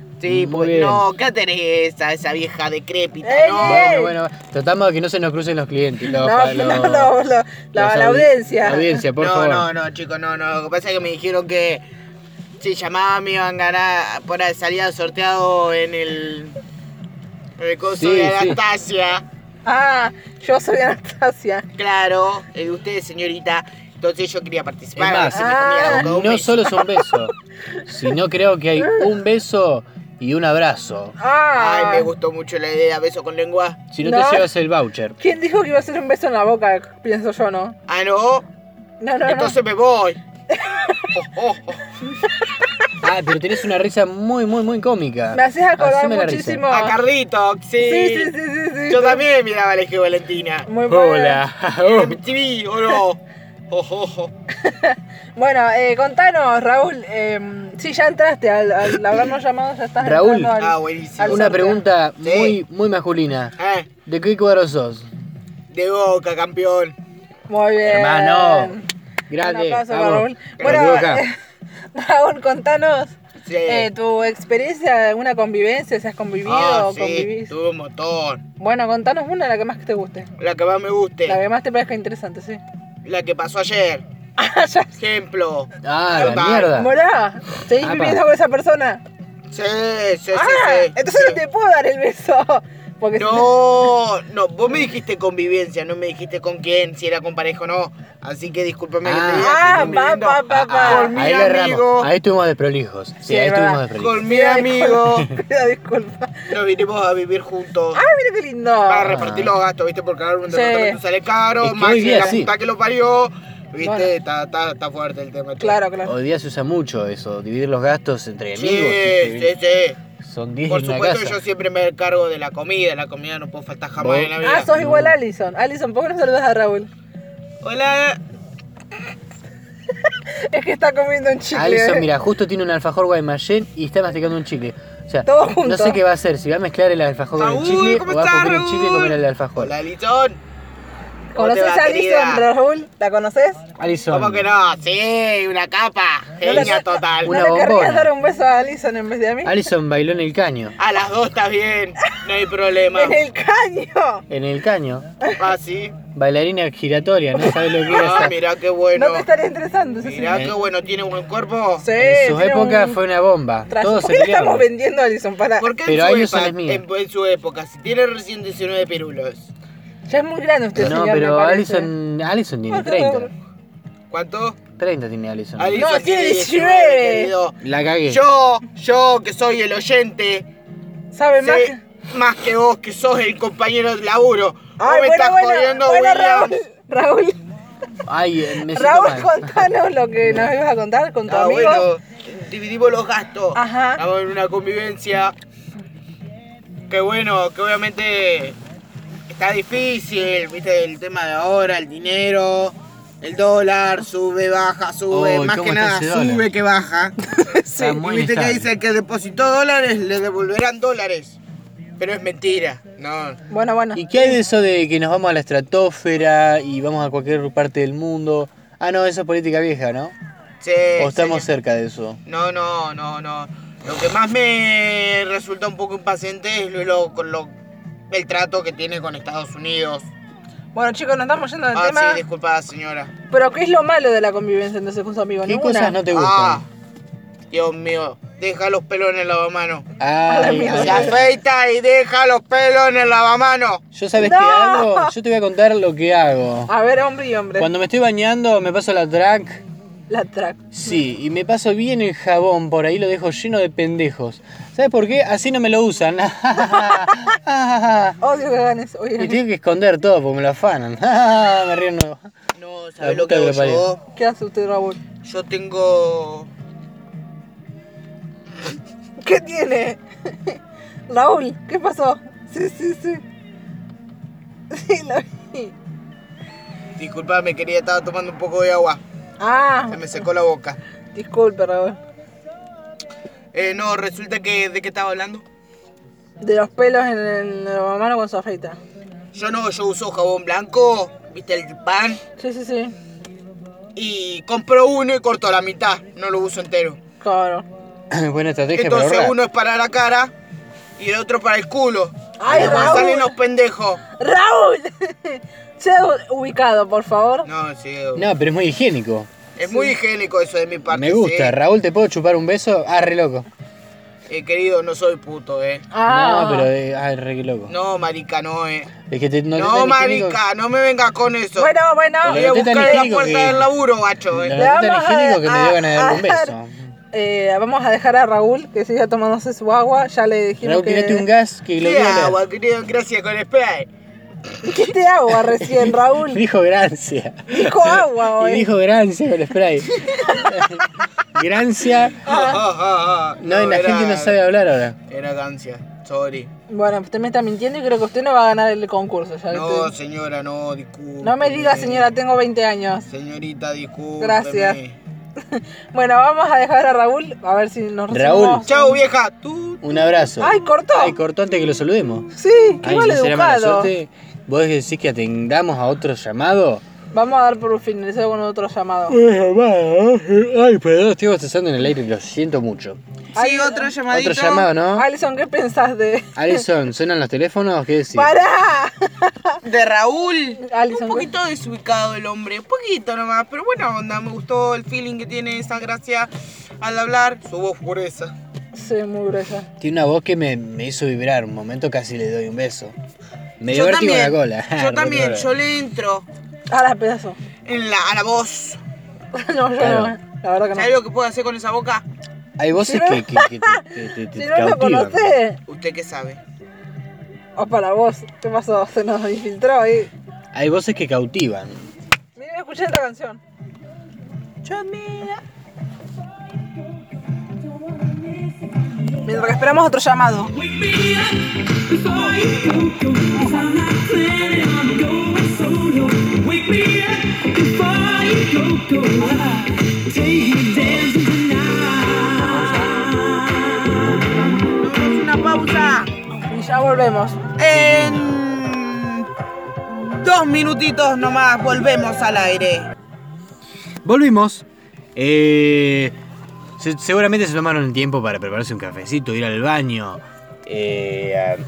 Speaker 2: Muy
Speaker 4: Sí, pues
Speaker 2: bien.
Speaker 4: no, ¿qué Teresa, esa vieja decrépita,
Speaker 3: Ey,
Speaker 4: no?
Speaker 3: ey.
Speaker 2: Bueno, bueno, tratamos de que no se nos crucen los clientes. los-
Speaker 3: No,
Speaker 2: los-
Speaker 3: no, no, no, la- la
Speaker 2: los audi-
Speaker 3: audiencia.
Speaker 2: La audiencia, por
Speaker 4: no,
Speaker 2: favor.
Speaker 4: no, no, chicos, no, no. Lo que pasa es que me dijeron que si llamaba me iban a ganar por ahí salía sorteado en el. en el coso
Speaker 2: Sí,
Speaker 4: de
Speaker 2: sí.
Speaker 4: Anastasia.
Speaker 3: Ah, yo soy Anastasia.
Speaker 4: Claro, el de ustedes, señorita. Entonces yo quería participar.
Speaker 2: Es más,
Speaker 4: se me comía la boca de un
Speaker 2: No
Speaker 4: beso.
Speaker 2: solo es un beso, sino creo que hay un beso y un abrazo.
Speaker 3: Ah,
Speaker 4: Ay, me gustó mucho la idea, beso con lengua.
Speaker 2: Si no,
Speaker 3: No.
Speaker 2: te llevas el voucher.
Speaker 3: ¿Quién dijo que iba a ser un beso en la boca? Pienso yo, ¿no?
Speaker 4: Ah, no.
Speaker 3: No, no, no.
Speaker 4: Entonces me voy. Oh, oh, oh.
Speaker 2: Ah, pero tenés una risa muy, muy, muy cómica.
Speaker 3: Me haces acordar
Speaker 2: Haceme la risa.
Speaker 3: muchísimo.
Speaker 4: A Carlito, Ah, sí.
Speaker 3: Sí, sí, sí, sí, sí.
Speaker 4: Yo también miraba a Eje Valentina.
Speaker 3: Muy bueno. Oh.
Speaker 2: Hola.
Speaker 4: MTV, o no. Oh, oh, oh.
Speaker 3: Bueno, eh, contanos, Raúl. Eh, sí, ya entraste al, al habernos llamado, ya estás
Speaker 2: Raúl.
Speaker 3: entrando al-
Speaker 4: Ah, buenísimo.
Speaker 3: Al
Speaker 2: Una
Speaker 3: sorteo.
Speaker 2: pregunta
Speaker 4: Sí.
Speaker 2: muy, muy masculina.
Speaker 4: Eh,
Speaker 2: ¿De qué cuadro sos?
Speaker 4: de boca, campeón.
Speaker 3: Muy
Speaker 4: Eh,
Speaker 3: bien.
Speaker 2: Hermano.
Speaker 3: Un
Speaker 2: Grande.
Speaker 3: aplauso para
Speaker 2: vamos.
Speaker 3: Raúl.
Speaker 2: Pero
Speaker 3: Bueno,
Speaker 2: equivoca.
Speaker 3: eh, Raúl, contanos
Speaker 4: Sí.
Speaker 3: eh, tu experiencia, alguna convivencia, si has convivido
Speaker 4: Ah,
Speaker 3: o
Speaker 4: sí,
Speaker 3: convivís.
Speaker 4: tuve un montón.
Speaker 3: Bueno, contanos una, la que más que te guste.
Speaker 4: La que más me guste.
Speaker 3: La que más te parezca interesante, sí.
Speaker 4: La que pasó ayer. Ah, Ejemplo.
Speaker 2: Ah, la
Speaker 4: Total.
Speaker 2: mierda.
Speaker 3: Morá, seguís
Speaker 2: Apa.
Speaker 3: viviendo con esa persona.
Speaker 4: Sí, sí, sí,
Speaker 3: ah,
Speaker 4: sí.
Speaker 3: entonces
Speaker 4: sí.
Speaker 3: no te puedo dar el beso. Porque
Speaker 4: No, no, vos me dijiste convivencia, no me dijiste con quién, si era con pareja o no. Así que discúlpame que te
Speaker 3: Ah,
Speaker 4: diga que estoy
Speaker 3: va,
Speaker 4: viviendo
Speaker 3: va, va, va.
Speaker 4: Con mi
Speaker 2: ahí la erramos.
Speaker 4: Ah, amigo,
Speaker 2: Ahí estuvimos de prolijos. Sí,
Speaker 3: Sí,
Speaker 2: ahí
Speaker 3: es
Speaker 2: estuvimos
Speaker 3: verdad.
Speaker 2: de prolijos.
Speaker 4: con mi amigo,
Speaker 3: si- Pido disculpas.
Speaker 4: nos vinimos a vivir juntos.
Speaker 3: Ah, mira qué lindo.
Speaker 4: Para repartir los gastos, viste, porque ahora un
Speaker 3: Sí.
Speaker 4: departamento sale
Speaker 2: Es
Speaker 4: caro,
Speaker 2: que
Speaker 4: Maxi
Speaker 2: hoy día
Speaker 4: la
Speaker 2: sí.
Speaker 4: puta que lo parió, ¿Viste?
Speaker 3: Bueno.
Speaker 4: Está, está- está fuerte el tema. che.
Speaker 3: Claro, claro.
Speaker 2: Hoy día se usa mucho eso, dividir los gastos entre
Speaker 4: Sí,
Speaker 2: amigos.
Speaker 4: sí, sí.
Speaker 2: Son 10
Speaker 4: Por
Speaker 2: en una
Speaker 4: supuesto,
Speaker 2: casa.
Speaker 4: yo siempre me encargo de la comida. La comida no puedo faltar jamás
Speaker 2: Vos-
Speaker 4: en la vida.
Speaker 3: Ah, sos igual a Alison. Alison, ¿por qué no saludas a Raúl?
Speaker 4: Hola.
Speaker 3: Es que está comiendo un chicle. ¿eh?
Speaker 2: Alison, Ah, mira, justo tiene un alfajor guaymallén y está masticando un chicle. O sea,
Speaker 3: Todo
Speaker 2: no
Speaker 3: junto.
Speaker 2: sé qué va a hacer, si va a mezclar el alfajor con el
Speaker 4: Raúl,
Speaker 2: chicle
Speaker 4: ¿cómo
Speaker 2: o va a
Speaker 4: estás,
Speaker 2: comer el chicle y
Speaker 4: Raúl?
Speaker 2: comer el alfajor.
Speaker 4: Hola, Lichón.
Speaker 3: ¿Conoces a Alison, Raúl? ¿La conoces?
Speaker 7: Alison.
Speaker 4: ¿Cómo que no? Sí, una capa. Genia total.
Speaker 2: Una
Speaker 3: ¿No le
Speaker 2: bombona.
Speaker 3: querrías dar un beso a Alison en vez de a mí?
Speaker 2: Alison bailó en el caño.
Speaker 4: A las dos está bien. No hay problema.
Speaker 3: ¡En el caño!
Speaker 2: En el caño.
Speaker 4: Ah, sí.
Speaker 2: Bailarina giratoria, no sabes lo que era
Speaker 4: Ah,
Speaker 2: esa.
Speaker 4: mirá qué
Speaker 3: No,
Speaker 4: bueno.
Speaker 3: te estaría interesando. Sí, sí.
Speaker 4: Mirá qué bueno. Tiene buen cuerpo.
Speaker 3: Sí,
Speaker 2: En su
Speaker 3: Eh, tiene
Speaker 2: época
Speaker 3: un
Speaker 2: fue una bomba.
Speaker 3: trazo.
Speaker 2: Todos
Speaker 3: ¿Por
Speaker 2: se
Speaker 3: qué le estamos
Speaker 2: peleaban.
Speaker 3: vendiendo a Alison? Para...
Speaker 4: ¿Por qué en
Speaker 2: Pero
Speaker 4: su,
Speaker 2: Alison
Speaker 4: epa-
Speaker 2: es mía.
Speaker 4: en, en su época? Si tiene recién 19 pirulos.
Speaker 3: Ya es muy grande usted,
Speaker 2: No,
Speaker 3: señor,
Speaker 2: pero
Speaker 3: me parece.
Speaker 2: Alison, Alison tiene
Speaker 3: Ah, claro.
Speaker 2: 30.
Speaker 4: ¿Cuánto? Ah,
Speaker 2: 30 tiene Alison.
Speaker 4: Alison
Speaker 3: No, tiene 19.
Speaker 4: querido.
Speaker 2: La cagué.
Speaker 4: Yo, yo que soy el oyente,
Speaker 3: ¿Sabe más?
Speaker 4: sé más que vos que sos el compañero de laburo.
Speaker 3: Ay,
Speaker 4: vos me
Speaker 3: bueno,
Speaker 4: estás
Speaker 3: bueno,
Speaker 4: jodiendo,
Speaker 3: bueno,
Speaker 4: William.
Speaker 3: Raúl,
Speaker 2: Ay, eh, me siento
Speaker 3: Raúl, Raúl,
Speaker 2: mal.
Speaker 3: contanos lo que nos ibas a contar con tu
Speaker 4: Ah,
Speaker 3: amigo.
Speaker 4: bueno, dividimos los gastos.
Speaker 3: Ajá.
Speaker 4: Estamos en una convivencia. Que bueno, que obviamente está difícil, viste, el tema de ahora, el dinero, el dólar, sube, baja, sube,
Speaker 2: Oh, ¿y
Speaker 4: más
Speaker 2: cómo
Speaker 4: que
Speaker 2: está
Speaker 4: nada
Speaker 2: ese dólar?
Speaker 4: sube que baja.
Speaker 2: Está muy
Speaker 4: y viste que
Speaker 2: inestable.
Speaker 4: dice que depositó dólares, le devolverán dólares. Pero es mentira, no.
Speaker 3: Bueno, bueno.
Speaker 2: ¿Y qué hay de eso de que nos vamos a la estratosfera y vamos a cualquier parte del mundo? Ah, no, eso es política vieja, ¿no?
Speaker 4: Sí,
Speaker 2: O estamos
Speaker 4: sí.
Speaker 2: cerca de eso.
Speaker 4: No, no, no, no. Lo que más me resulta un poco impaciente es lo, lo- lo- el trato que tiene con Estados Unidos.
Speaker 3: Bueno, chicos, nos estamos yendo del
Speaker 4: Ah,
Speaker 3: tema.
Speaker 4: sí, disculpa, señora.
Speaker 3: Pero, ¿qué es lo malo de la convivencia entonces con su amigo?
Speaker 2: ¿Qué
Speaker 3: Ninguna.
Speaker 2: cosas no te
Speaker 4: Ah,
Speaker 2: gustan?
Speaker 4: Dios mío, deja los pelos en el lavamano.
Speaker 3: la
Speaker 2: Ay,
Speaker 3: mierda.
Speaker 2: ay,
Speaker 4: Se
Speaker 2: ay.
Speaker 4: afeita y deja los pelos en el lavamano.
Speaker 2: Yo sabes
Speaker 3: No.
Speaker 2: qué hago, yo te voy a contar lo que hago.
Speaker 3: A ver, hombre y hombre.
Speaker 2: Cuando me estoy bañando me paso la track,
Speaker 3: La track.
Speaker 2: sí, y me paso bien el jabón, por ahí lo dejo lleno de pendejos. ¿Sabes por qué? Así no me lo usan.
Speaker 3: Odio que hagan eso. Oye,
Speaker 2: y tengo que esconder todo porque me lo afanan. me río de nuevo.
Speaker 4: No, ¿sabes
Speaker 2: La
Speaker 4: lo
Speaker 2: puta que
Speaker 4: que hago
Speaker 2: lo parió.
Speaker 4: yo?
Speaker 3: ¿qué hace usted, Raúl?
Speaker 4: Yo tengo...
Speaker 3: ¿Qué tiene? Raúl, ¿qué pasó? Sí, sí, sí. Sí, lo vi.
Speaker 4: Disculpame, quería estaba tomando un poco de agua.
Speaker 3: Ah,
Speaker 4: Se me secó la boca.
Speaker 3: disculpe, Raúl.
Speaker 4: Eh, no, resulta que... ¿De qué estaba hablando?
Speaker 3: De los pelos en el mano con su afeita.
Speaker 4: Yo no, yo uso jabón blanco, viste el pan,
Speaker 3: Sí, sí, sí.
Speaker 4: y compro uno y corto la mitad, no lo uso entero.
Speaker 3: Claro.
Speaker 2: Buena estrategia para
Speaker 4: Entonces
Speaker 2: ahorrar.
Speaker 4: uno es para la cara y el otro para el culo.
Speaker 3: Ay,
Speaker 4: Además
Speaker 3: Raúl.
Speaker 4: salen los pendejos.
Speaker 3: ¡Raúl! sea ubicado, por favor.
Speaker 4: No, sí,
Speaker 2: No, pero es muy higiénico.
Speaker 4: es muy higiénico eso de mi parte.
Speaker 2: Me gusta,
Speaker 4: sí.
Speaker 2: Raúl, ¿te puedo chupar un beso? Ah, re loco.
Speaker 4: Eh, querido, no soy puto, eh.
Speaker 3: Ah,
Speaker 2: No, pero eh, ah, re loco.
Speaker 4: No, marica, no, eh.
Speaker 2: Es que te, no, te
Speaker 4: No,
Speaker 2: tan higiénico-
Speaker 4: marica, no me vengas con eso.
Speaker 3: Bueno, bueno.
Speaker 2: Pero
Speaker 4: Voy
Speaker 2: no te
Speaker 4: a
Speaker 2: tan
Speaker 4: buscar en la
Speaker 2: higiénico
Speaker 4: puerta
Speaker 2: que-
Speaker 4: del laburo, gacho,
Speaker 2: No,
Speaker 4: eh.
Speaker 2: no tan
Speaker 3: vamos a-
Speaker 2: higiénico que me
Speaker 3: a-
Speaker 2: dio ganas de darle un
Speaker 3: a dar-
Speaker 2: beso.
Speaker 3: Eh, vamos a dejar a Raúl que siga tomándose su agua. Ya le dijimos
Speaker 2: Raúl,
Speaker 3: que...
Speaker 2: tirate un gas que lo
Speaker 4: Sí,
Speaker 2: viola.
Speaker 4: agua, querido, gracias con spray.
Speaker 3: ¿Qué te agua recién, Raúl?
Speaker 2: Dijo gracia.
Speaker 3: Dijo agua hoy.
Speaker 2: Y dijo gracia con spray. gracia.
Speaker 3: Ah.
Speaker 4: Ah,
Speaker 2: No, la gente no sabe hablar ahora.
Speaker 4: Era gancia, sorry.
Speaker 3: Bueno, usted me está mintiendo y creo que usted no va a ganar el concurso. ya le
Speaker 4: No,
Speaker 3: estoy-
Speaker 4: señora, no, disculpe.
Speaker 3: no me diga, señora, tengo 20 años.
Speaker 4: Señorita, disculpe.
Speaker 3: Gracias. Bueno, vamos a dejar a Raúl a ver si nos
Speaker 2: Raúl.
Speaker 3: recibimos.
Speaker 4: Chau, vieja. Tú.
Speaker 2: Un abrazo.
Speaker 3: ¡Ay, cortó!
Speaker 2: Ay, cortó antes que lo saludemos.
Speaker 3: Sí, qué
Speaker 2: Ay,
Speaker 3: mal
Speaker 2: ¿no será mala
Speaker 3: educado.
Speaker 2: suerte? ¿Vos decís que atendamos a otro llamado?
Speaker 3: Vamos a dar por finalizado con otro llamado.
Speaker 2: Ay, perdón, estoy bostezando en el aire, lo siento mucho.
Speaker 8: Sí, otro llamadito.
Speaker 2: Otro llamado, ¿no?
Speaker 3: Alison, ¿qué pensás de...?
Speaker 2: Alison, ¿suenan los teléfonos? ¿Qué decís?
Speaker 3: ¡Pará!
Speaker 8: De Raúl.
Speaker 3: Alison,
Speaker 4: Un
Speaker 3: ¿qué-
Speaker 4: poquito desubicado el hombre, un poquito nomás, pero buena onda, me gustó el feeling que tiene esa gracia al hablar, su voz pureza.
Speaker 3: Sí, muy gruesa.
Speaker 2: Tiene una voz que me, me hizo vibrar. Un momento casi le doy un beso. Me
Speaker 4: yo
Speaker 2: divertí con
Speaker 4: también,
Speaker 2: la cola.
Speaker 4: yo
Speaker 2: Re
Speaker 4: también,
Speaker 2: cola.
Speaker 4: yo le entro
Speaker 3: Ahora pedazo.
Speaker 4: en la, a la voz.
Speaker 3: No, yo
Speaker 2: Claro.
Speaker 3: no. La verdad que no.
Speaker 4: ¿Sabes lo que puedo hacer con esa boca?
Speaker 2: Hay voces
Speaker 3: Si no-
Speaker 2: que, que- que te, te- te- te
Speaker 3: Si no lo
Speaker 2: cautivan.
Speaker 3: conocés,
Speaker 4: ¿Usted qué sabe?
Speaker 3: o para vos, ¿qué pasó? Se nos infiltró ahí.
Speaker 2: Hay voces que cautivan.
Speaker 3: Mira, escuché esta canción. Chamila. Mientras que esperamos otro llamado.
Speaker 4: Vamos a Una pausa
Speaker 3: Y ya volvemos.
Speaker 4: en dos minutitos nomás volvemos al aire.
Speaker 9: Volvimos. Eh, se- seguramente se tomaron el tiempo para prepararse un cafecito, ir al baño. eh, a-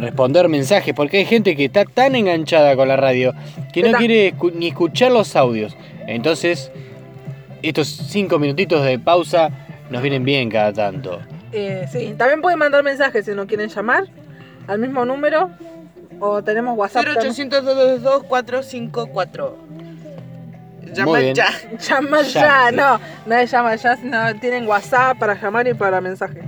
Speaker 2: Responder mensajes, porque hay gente que está tan enganchada con la radio que no
Speaker 3: Está.
Speaker 2: quiere escu- ni escuchar los audios. Entonces, estos cinco minutitos de pausa nos vienen bien cada tanto.
Speaker 3: Eh, sí, también pueden mandar mensajes si no quieren llamar al mismo número o tenemos WhatsApp. también.
Speaker 4: 0800-222-454.
Speaker 2: Muy
Speaker 4: Llama
Speaker 2: bien.
Speaker 4: ya.
Speaker 3: Llama ya, no, nadie llama ya, sino tienen WhatsApp para llamar y para mensaje.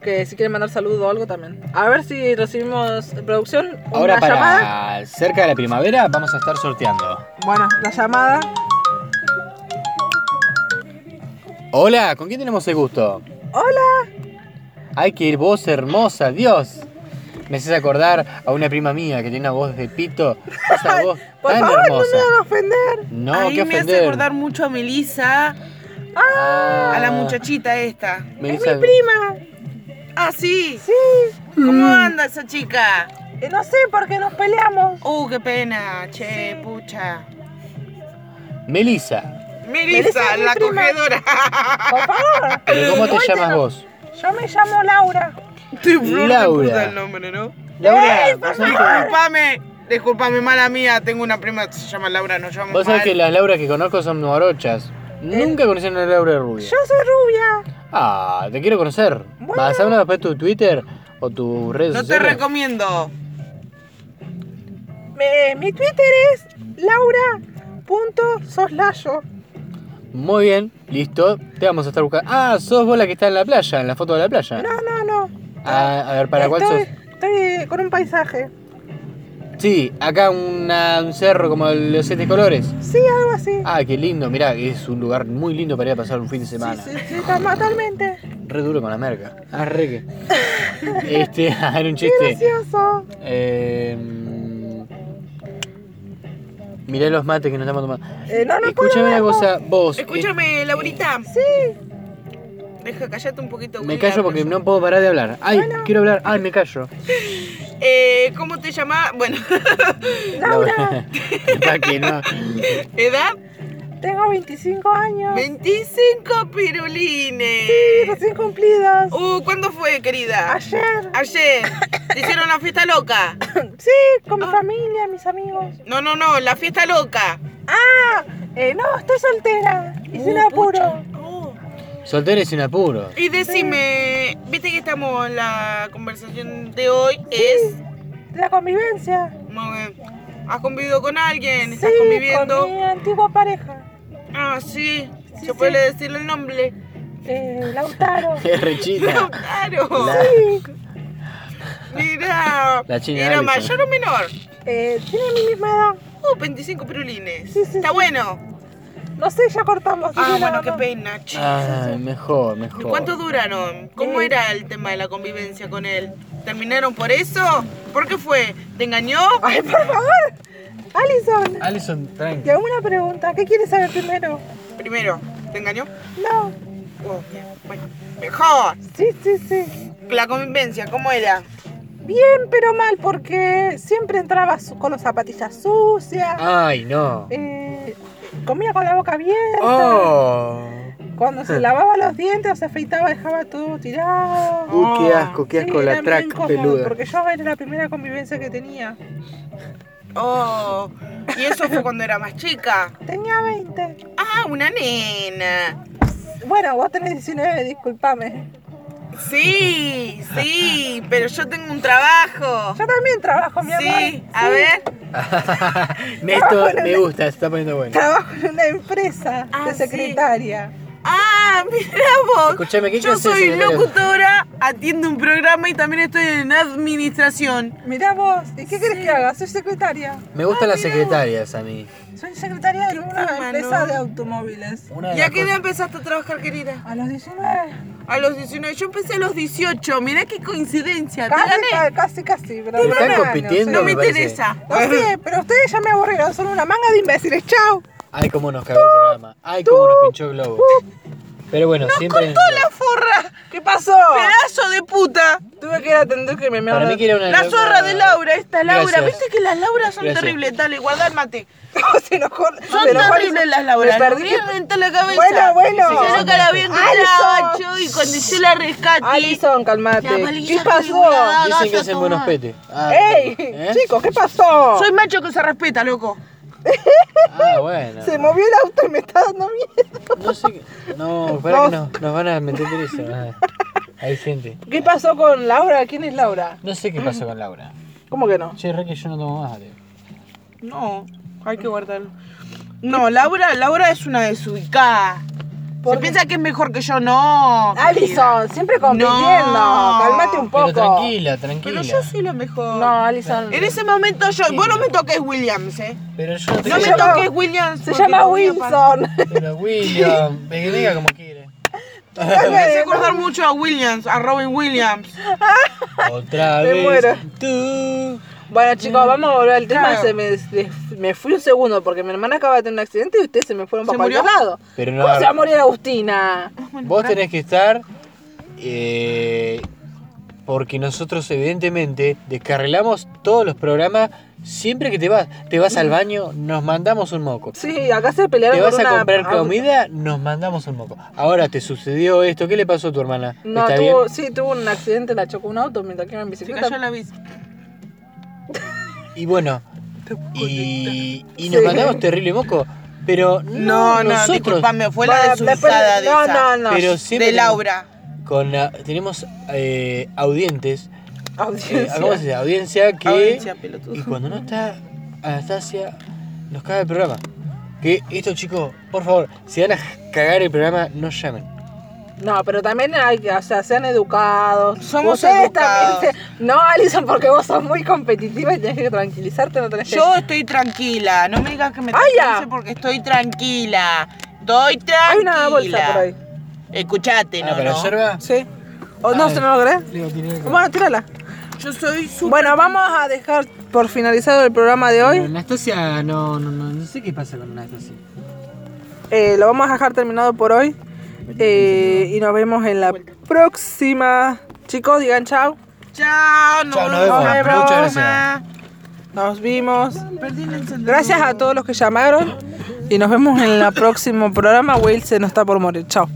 Speaker 3: Que si quieren mandar saludo o algo también. A ver si recibimos eh, producción.
Speaker 2: Ahora
Speaker 3: una
Speaker 2: para
Speaker 3: llamada.
Speaker 2: cerca de la primavera vamos a estar sorteando.
Speaker 3: Bueno, la llamada.
Speaker 2: Hola, ¿con quién tenemos el gusto?
Speaker 3: Hola,
Speaker 2: Hay que ir voz hermosa, Dios. Me haces acordar a una prima mía que tiene una voz de pito. Esa voz
Speaker 3: por
Speaker 2: tan
Speaker 3: favor, no
Speaker 2: hermosa.
Speaker 3: me hagan ofender.
Speaker 2: No,
Speaker 4: Ahí
Speaker 2: qué
Speaker 4: me hace
Speaker 2: ofender.
Speaker 4: acordar mucho a Melissa,
Speaker 2: Ah,
Speaker 4: a la muchachita esta.
Speaker 2: Melissa-
Speaker 3: Prima,
Speaker 4: Ah, sí.
Speaker 3: sí.
Speaker 4: ¿Cómo
Speaker 2: Mm.
Speaker 4: anda esa chica?
Speaker 3: eh, No sé por qué nos peleamos.
Speaker 4: Uh, qué pena, che, pucha.
Speaker 2: Melissa,
Speaker 4: Melissa,
Speaker 3: es mi
Speaker 4: la
Speaker 3: prima.
Speaker 4: cogedora.
Speaker 3: Por favor.
Speaker 2: ¿pero cómo te
Speaker 3: Igual
Speaker 2: llamas
Speaker 3: no-
Speaker 2: vos?
Speaker 3: Yo me llamo Laura.
Speaker 4: Estoy flor de
Speaker 2: Laura.
Speaker 4: puta el nombre, ¿no?
Speaker 2: Laura, vos sabés que-
Speaker 4: Disculpame, disculpame, mala mía. Tengo una prima que se llama Laura, nos llamamos
Speaker 2: vos sabés
Speaker 4: mal.
Speaker 2: que las Laura que conozco son morochas. Nunca conocí a una Laura Rubia.
Speaker 3: Yo soy rubia.
Speaker 2: Ah, te quiero conocer. ¿Vas a hablar después de tu Twitter o tu red
Speaker 4: No te
Speaker 2: social?
Speaker 4: recomiendo.
Speaker 3: Me- mi Twitter es laura.soslayo.
Speaker 2: Muy bien, listo. Te vamos a estar buscando. Ah, sos vos la que está en la playa, en la foto de la playa.
Speaker 3: No, no, no.
Speaker 2: Ah, a ver, ¿para cuál
Speaker 3: estoy,
Speaker 2: sos?
Speaker 3: estoy con un paisaje.
Speaker 2: Sí, acá una- un cerro como el de los siete colores.
Speaker 3: Sí, algo así.
Speaker 2: Ah, qué lindo, mirá, es un lugar muy lindo para ir a pasar un fin de semana.
Speaker 3: Sí, sí, sí, tam- totalmente.
Speaker 2: Re duro con la merca. Ah, re que. Este, era un chiste.
Speaker 3: Gracioso.
Speaker 2: Eh, mirá los mates que nos estamos tomando.
Speaker 3: Eh, no, no puedo.
Speaker 2: Escúchame una cosa, vos. eh,
Speaker 4: Escúchame, Laurita.
Speaker 3: Sí.
Speaker 4: Deja, callate un poquito.
Speaker 2: me
Speaker 4: Willy,
Speaker 2: callo porque
Speaker 4: hablo yo.
Speaker 2: no puedo parar de hablar. Ay, quiero hablar. Ay, me callo.
Speaker 4: Eh, ¿Cómo te llamás? Bueno,
Speaker 2: Laura. Capaz que no.
Speaker 4: edad
Speaker 3: Tengo 25 años.
Speaker 4: 25 pirulines.
Speaker 3: Recién cumplidos.
Speaker 4: Uh, ¿cuándo fue, querida?
Speaker 3: Ayer.
Speaker 4: Ayer. ¿Te hicieron la fiesta loca?
Speaker 3: Sí, eh, con mi familia, mis amigos.
Speaker 4: No, no, no, la fiesta loca.
Speaker 3: Ah, eh, no, estoy soltera. Y sin
Speaker 4: Uh,
Speaker 3: apuro.
Speaker 4: pucha. Oh.
Speaker 2: Soltero es un apuro.
Speaker 4: Y decime, viste que estamos en la conversación de hoy, es...
Speaker 3: La convivencia.
Speaker 4: Muy bien. ¿Has convivido con alguien? ¿Estás
Speaker 3: sí,
Speaker 4: conviviendo?
Speaker 3: con mi antigua pareja.
Speaker 4: Ah, sí.
Speaker 3: Sí,
Speaker 4: ¿Se
Speaker 3: sí.
Speaker 4: puede decir el nombre?
Speaker 3: Eh, Lautaro.
Speaker 2: Es re china.
Speaker 4: Claro.
Speaker 3: Sí.
Speaker 4: Mira.
Speaker 2: La china
Speaker 4: ¿Era
Speaker 2: Allison.
Speaker 4: mayor o menor?
Speaker 3: Eh, tiene mi misma edad.
Speaker 4: Uh, 25 pirulines.
Speaker 3: Sí, sí,
Speaker 4: Está
Speaker 3: sí.
Speaker 4: bueno.
Speaker 3: No sé, ya cortamos.
Speaker 4: Ah,
Speaker 3: así que
Speaker 4: bueno,
Speaker 3: no,
Speaker 4: qué
Speaker 3: no.
Speaker 4: pena. che.
Speaker 2: Ay, mejor, mejor.
Speaker 4: ¿Y cuánto duraron? ¿Cómo
Speaker 3: Eh.
Speaker 4: era el tema de la convivencia con él? ¿Terminaron por eso? ¿Por qué fue? ¿Te engañó?
Speaker 3: Ay, por favor. Alison,
Speaker 2: Alison,
Speaker 10: Y
Speaker 2: tranqui.
Speaker 10: alguna pregunta, ¿qué quieres saber primero?
Speaker 4: Primero, ¿te engañó?
Speaker 10: No,
Speaker 4: Oh, bueno, mejor.
Speaker 10: sí, sí, sí.
Speaker 4: La convivencia, ¿cómo era?
Speaker 10: Bien, pero mal, porque siempre entraba su- con las zapatillas sucias,
Speaker 2: Ay, no.
Speaker 10: eh, comía con la boca abierta,
Speaker 2: Oh.
Speaker 10: cuando se lavaba los dientes o se afeitaba dejaba todo tirado.
Speaker 2: Uh, qué asco, qué asco
Speaker 10: Sí,
Speaker 2: la
Speaker 10: era
Speaker 2: track
Speaker 10: bien incómodo,
Speaker 2: peluda.
Speaker 10: Porque yo era la primera convivencia que tenía.
Speaker 4: Oh, y eso fue cuando era más chica.
Speaker 10: Tenía 20.
Speaker 4: Ah, una nena.
Speaker 10: Bueno, vos tenés 19, discúlpame.
Speaker 4: Sí, sí, pero yo tengo un trabajo.
Speaker 10: Yo también trabajo, mi amor.
Speaker 4: Sí, a ver.
Speaker 2: Esto me gusta, se está poniendo bueno.
Speaker 10: Trabajo en una empresa
Speaker 4: Ah,
Speaker 10: de
Speaker 4: sí.
Speaker 10: secretaria.
Speaker 4: Ah, mira vos.
Speaker 2: Escuchame, ¿qué
Speaker 4: Yo
Speaker 2: clase de
Speaker 4: soy
Speaker 2: secretaria?
Speaker 4: locutora atiendo un programa y también estoy en administración.
Speaker 3: Mirá vos, ¿y qué querés que haga? Soy secretaria.
Speaker 2: Me gustan las secretarias a mí.
Speaker 3: Soy secretaria de una
Speaker 4: Ah,
Speaker 3: empresa
Speaker 4: no.
Speaker 3: de automóviles.
Speaker 2: Una de
Speaker 4: ¿Y
Speaker 2: las
Speaker 4: a qué edad
Speaker 2: cosas-
Speaker 4: empezaste a trabajar, querida?
Speaker 3: A los 19.
Speaker 4: A los 19. Yo empecé a los 18. Mirá qué coincidencia. Te
Speaker 3: Casi,
Speaker 4: gané.
Speaker 3: ca- casi, casi. Pero
Speaker 2: ¿Están
Speaker 3: ganan,
Speaker 2: compitiendo?
Speaker 4: No
Speaker 3: o
Speaker 4: me
Speaker 2: me
Speaker 3: sea.
Speaker 2: parece.
Speaker 4: interesa.
Speaker 3: No sé, pero ustedes ya me aburrieron. Son una manga de imbéciles. Chao.
Speaker 2: Ay, cómo nos cagó el programa. Ay, cómo nos pinchó Globo. Pero bueno, siempre.
Speaker 4: La forra.
Speaker 3: ¿Qué pasó?
Speaker 4: Pedazo de puta.
Speaker 3: Tuve que ir a atender que me
Speaker 2: Para mí que era una.
Speaker 4: La
Speaker 2: loca-
Speaker 4: zorra de Laura, esta Laura.
Speaker 2: Gracias.
Speaker 4: Viste que las Lauras son
Speaker 2: Gracias.
Speaker 4: terribles. Dale, guarda el mate.
Speaker 3: se enojó.
Speaker 4: Son
Speaker 3: se enojó.
Speaker 4: terribles las Lauras.
Speaker 3: Me perdí.
Speaker 4: Me reventó la cabeza.
Speaker 3: Bueno, bueno.
Speaker 4: Se loca la bien
Speaker 3: Alison.
Speaker 4: cacho y cuando yo la rescate.
Speaker 3: Alison, calmate.
Speaker 4: La palilla
Speaker 3: ¿Qué
Speaker 4: que
Speaker 3: pasó?
Speaker 4: le voy a dar.
Speaker 2: Dicen que
Speaker 4: Gato,
Speaker 2: hacen
Speaker 4: toma.
Speaker 2: buenos petes. Ah,
Speaker 3: ¡Ey!
Speaker 2: ¿eh?
Speaker 3: Chicos, ¿qué pasó?
Speaker 4: Soy macho que se respeta, loco.
Speaker 2: Ah, bueno.
Speaker 3: Se movió el auto y me está dando miedo.
Speaker 2: No sé. qué- No, para que no, nos van a meter preso. Ah, hay gente.
Speaker 3: ¿Qué pasó con Laura? ¿Quién es Laura?
Speaker 2: No sé qué pasó con Laura.
Speaker 3: ¿Cómo que no?
Speaker 2: Che, re que yo no tomo más, Ale.
Speaker 4: No, hay que guardarlo. No, Laura, Laura es una desubicada.
Speaker 3: ¿Por
Speaker 4: Se
Speaker 3: qué?
Speaker 4: piensa que es mejor que yo, no. querida.
Speaker 3: Alison, siempre compitiendo.
Speaker 4: No.
Speaker 3: Calmate un poco.
Speaker 2: Pero tranquila, tranquila.
Speaker 4: Pero yo soy la mejor.
Speaker 3: No, Alison.
Speaker 4: En ese momento yo. Vos no me toques Williams, eh.
Speaker 2: Pero yo no te
Speaker 4: No me
Speaker 3: Se llama-
Speaker 4: toques Williams.
Speaker 3: Se
Speaker 4: porque
Speaker 3: llama
Speaker 4: te voy a parar.
Speaker 3: Wilson.
Speaker 2: Pero William, me que diga como quiere.
Speaker 4: Me hace acordar mucho a Williams, a Robin Williams.
Speaker 2: Otra
Speaker 3: Me
Speaker 2: vez.
Speaker 3: muero.
Speaker 2: Tú.
Speaker 3: Bueno, chicos, vamos a volver al tema.
Speaker 4: Claro.
Speaker 3: Se me, des- me fui un segundo porque mi hermana acaba de tener un accidente y ustedes se me fueron
Speaker 4: ¿Se
Speaker 3: para cualquier
Speaker 4: murió?
Speaker 3: lado.
Speaker 2: Pero no.
Speaker 3: ¿Cómo se va a morir Agustina?
Speaker 2: Vos tenés que estar. eh, porque nosotros, evidentemente, descarrilamos todos los programas siempre que te vas. Te vas al baño, nos mandamos un moco.
Speaker 3: Sí, acá se pelearon
Speaker 2: Te vas
Speaker 3: por
Speaker 2: a
Speaker 3: una-
Speaker 2: comprar comida, nos mandamos un moco. Ahora te sucedió esto, ¿qué le pasó a tu hermana?
Speaker 3: No,
Speaker 2: ¿Está
Speaker 3: tuvo,
Speaker 2: bien?
Speaker 3: sí, tuvo un accidente, la chocó un auto mientras que iba en
Speaker 4: Se
Speaker 3: bicicleta.
Speaker 4: cayó la bici.
Speaker 2: Y bueno, y, y nos
Speaker 3: Sí.
Speaker 2: mandamos terrible moco. Pero no,
Speaker 4: No, no,
Speaker 2: nosotros,
Speaker 4: disculpame, fue
Speaker 3: Bueno,
Speaker 4: la
Speaker 3: después-
Speaker 4: desubicada de
Speaker 3: no,
Speaker 4: esa.
Speaker 3: no, no.
Speaker 2: Pero siempre
Speaker 4: De
Speaker 2: tenemos-
Speaker 4: Laura.
Speaker 2: Con la- tenemos eh, audientes, eh,
Speaker 3: Audiencia.
Speaker 2: ¿cómo se dice? Audiencia que...
Speaker 4: Audiencia, pelotudo.
Speaker 2: Y cuando no está Anastasia, nos caga el programa. Que estos chicos, por favor, si van a cagar el programa, no llamen.
Speaker 3: No, pero también hay que, o sea, sean educados.
Speaker 4: Somos educados.
Speaker 3: también. se- No, Alison, porque vos sos muy competitiva y tenés que tranquilizarte, no tenés
Speaker 4: Yo estoy tranquila, no me digas que me
Speaker 3: Ay, ya.
Speaker 4: tranquilice porque estoy tranquila. Estoy tranquila.
Speaker 3: que. Hay una bolsa por ahí.
Speaker 4: Escuchate,
Speaker 2: Ah,
Speaker 4: no,
Speaker 2: ¿para
Speaker 4: no.
Speaker 2: yerba?
Speaker 3: Sí. ¿O no, se no lo crees? Bueno, tírala.
Speaker 4: Yo soy su...
Speaker 3: Bueno, vamos a dejar por finalizado el programa de hoy.
Speaker 2: Anastasia, no, no, no, no sé qué pasa con Anastasia.
Speaker 3: Eh, lo vamos a dejar terminado por hoy. Eh, y nos vemos en la próxima. Chicos, digan chao.
Speaker 4: Chao, no,
Speaker 2: Chao, nos vemos.
Speaker 3: Nos vemos.
Speaker 2: Muchas gracias.
Speaker 3: Nos vimos.
Speaker 4: Perdí el encendedor.
Speaker 3: Gracias a todos los que llamaron. Y nos vemos en el próximo programa. Will se nos está por morir. Chao.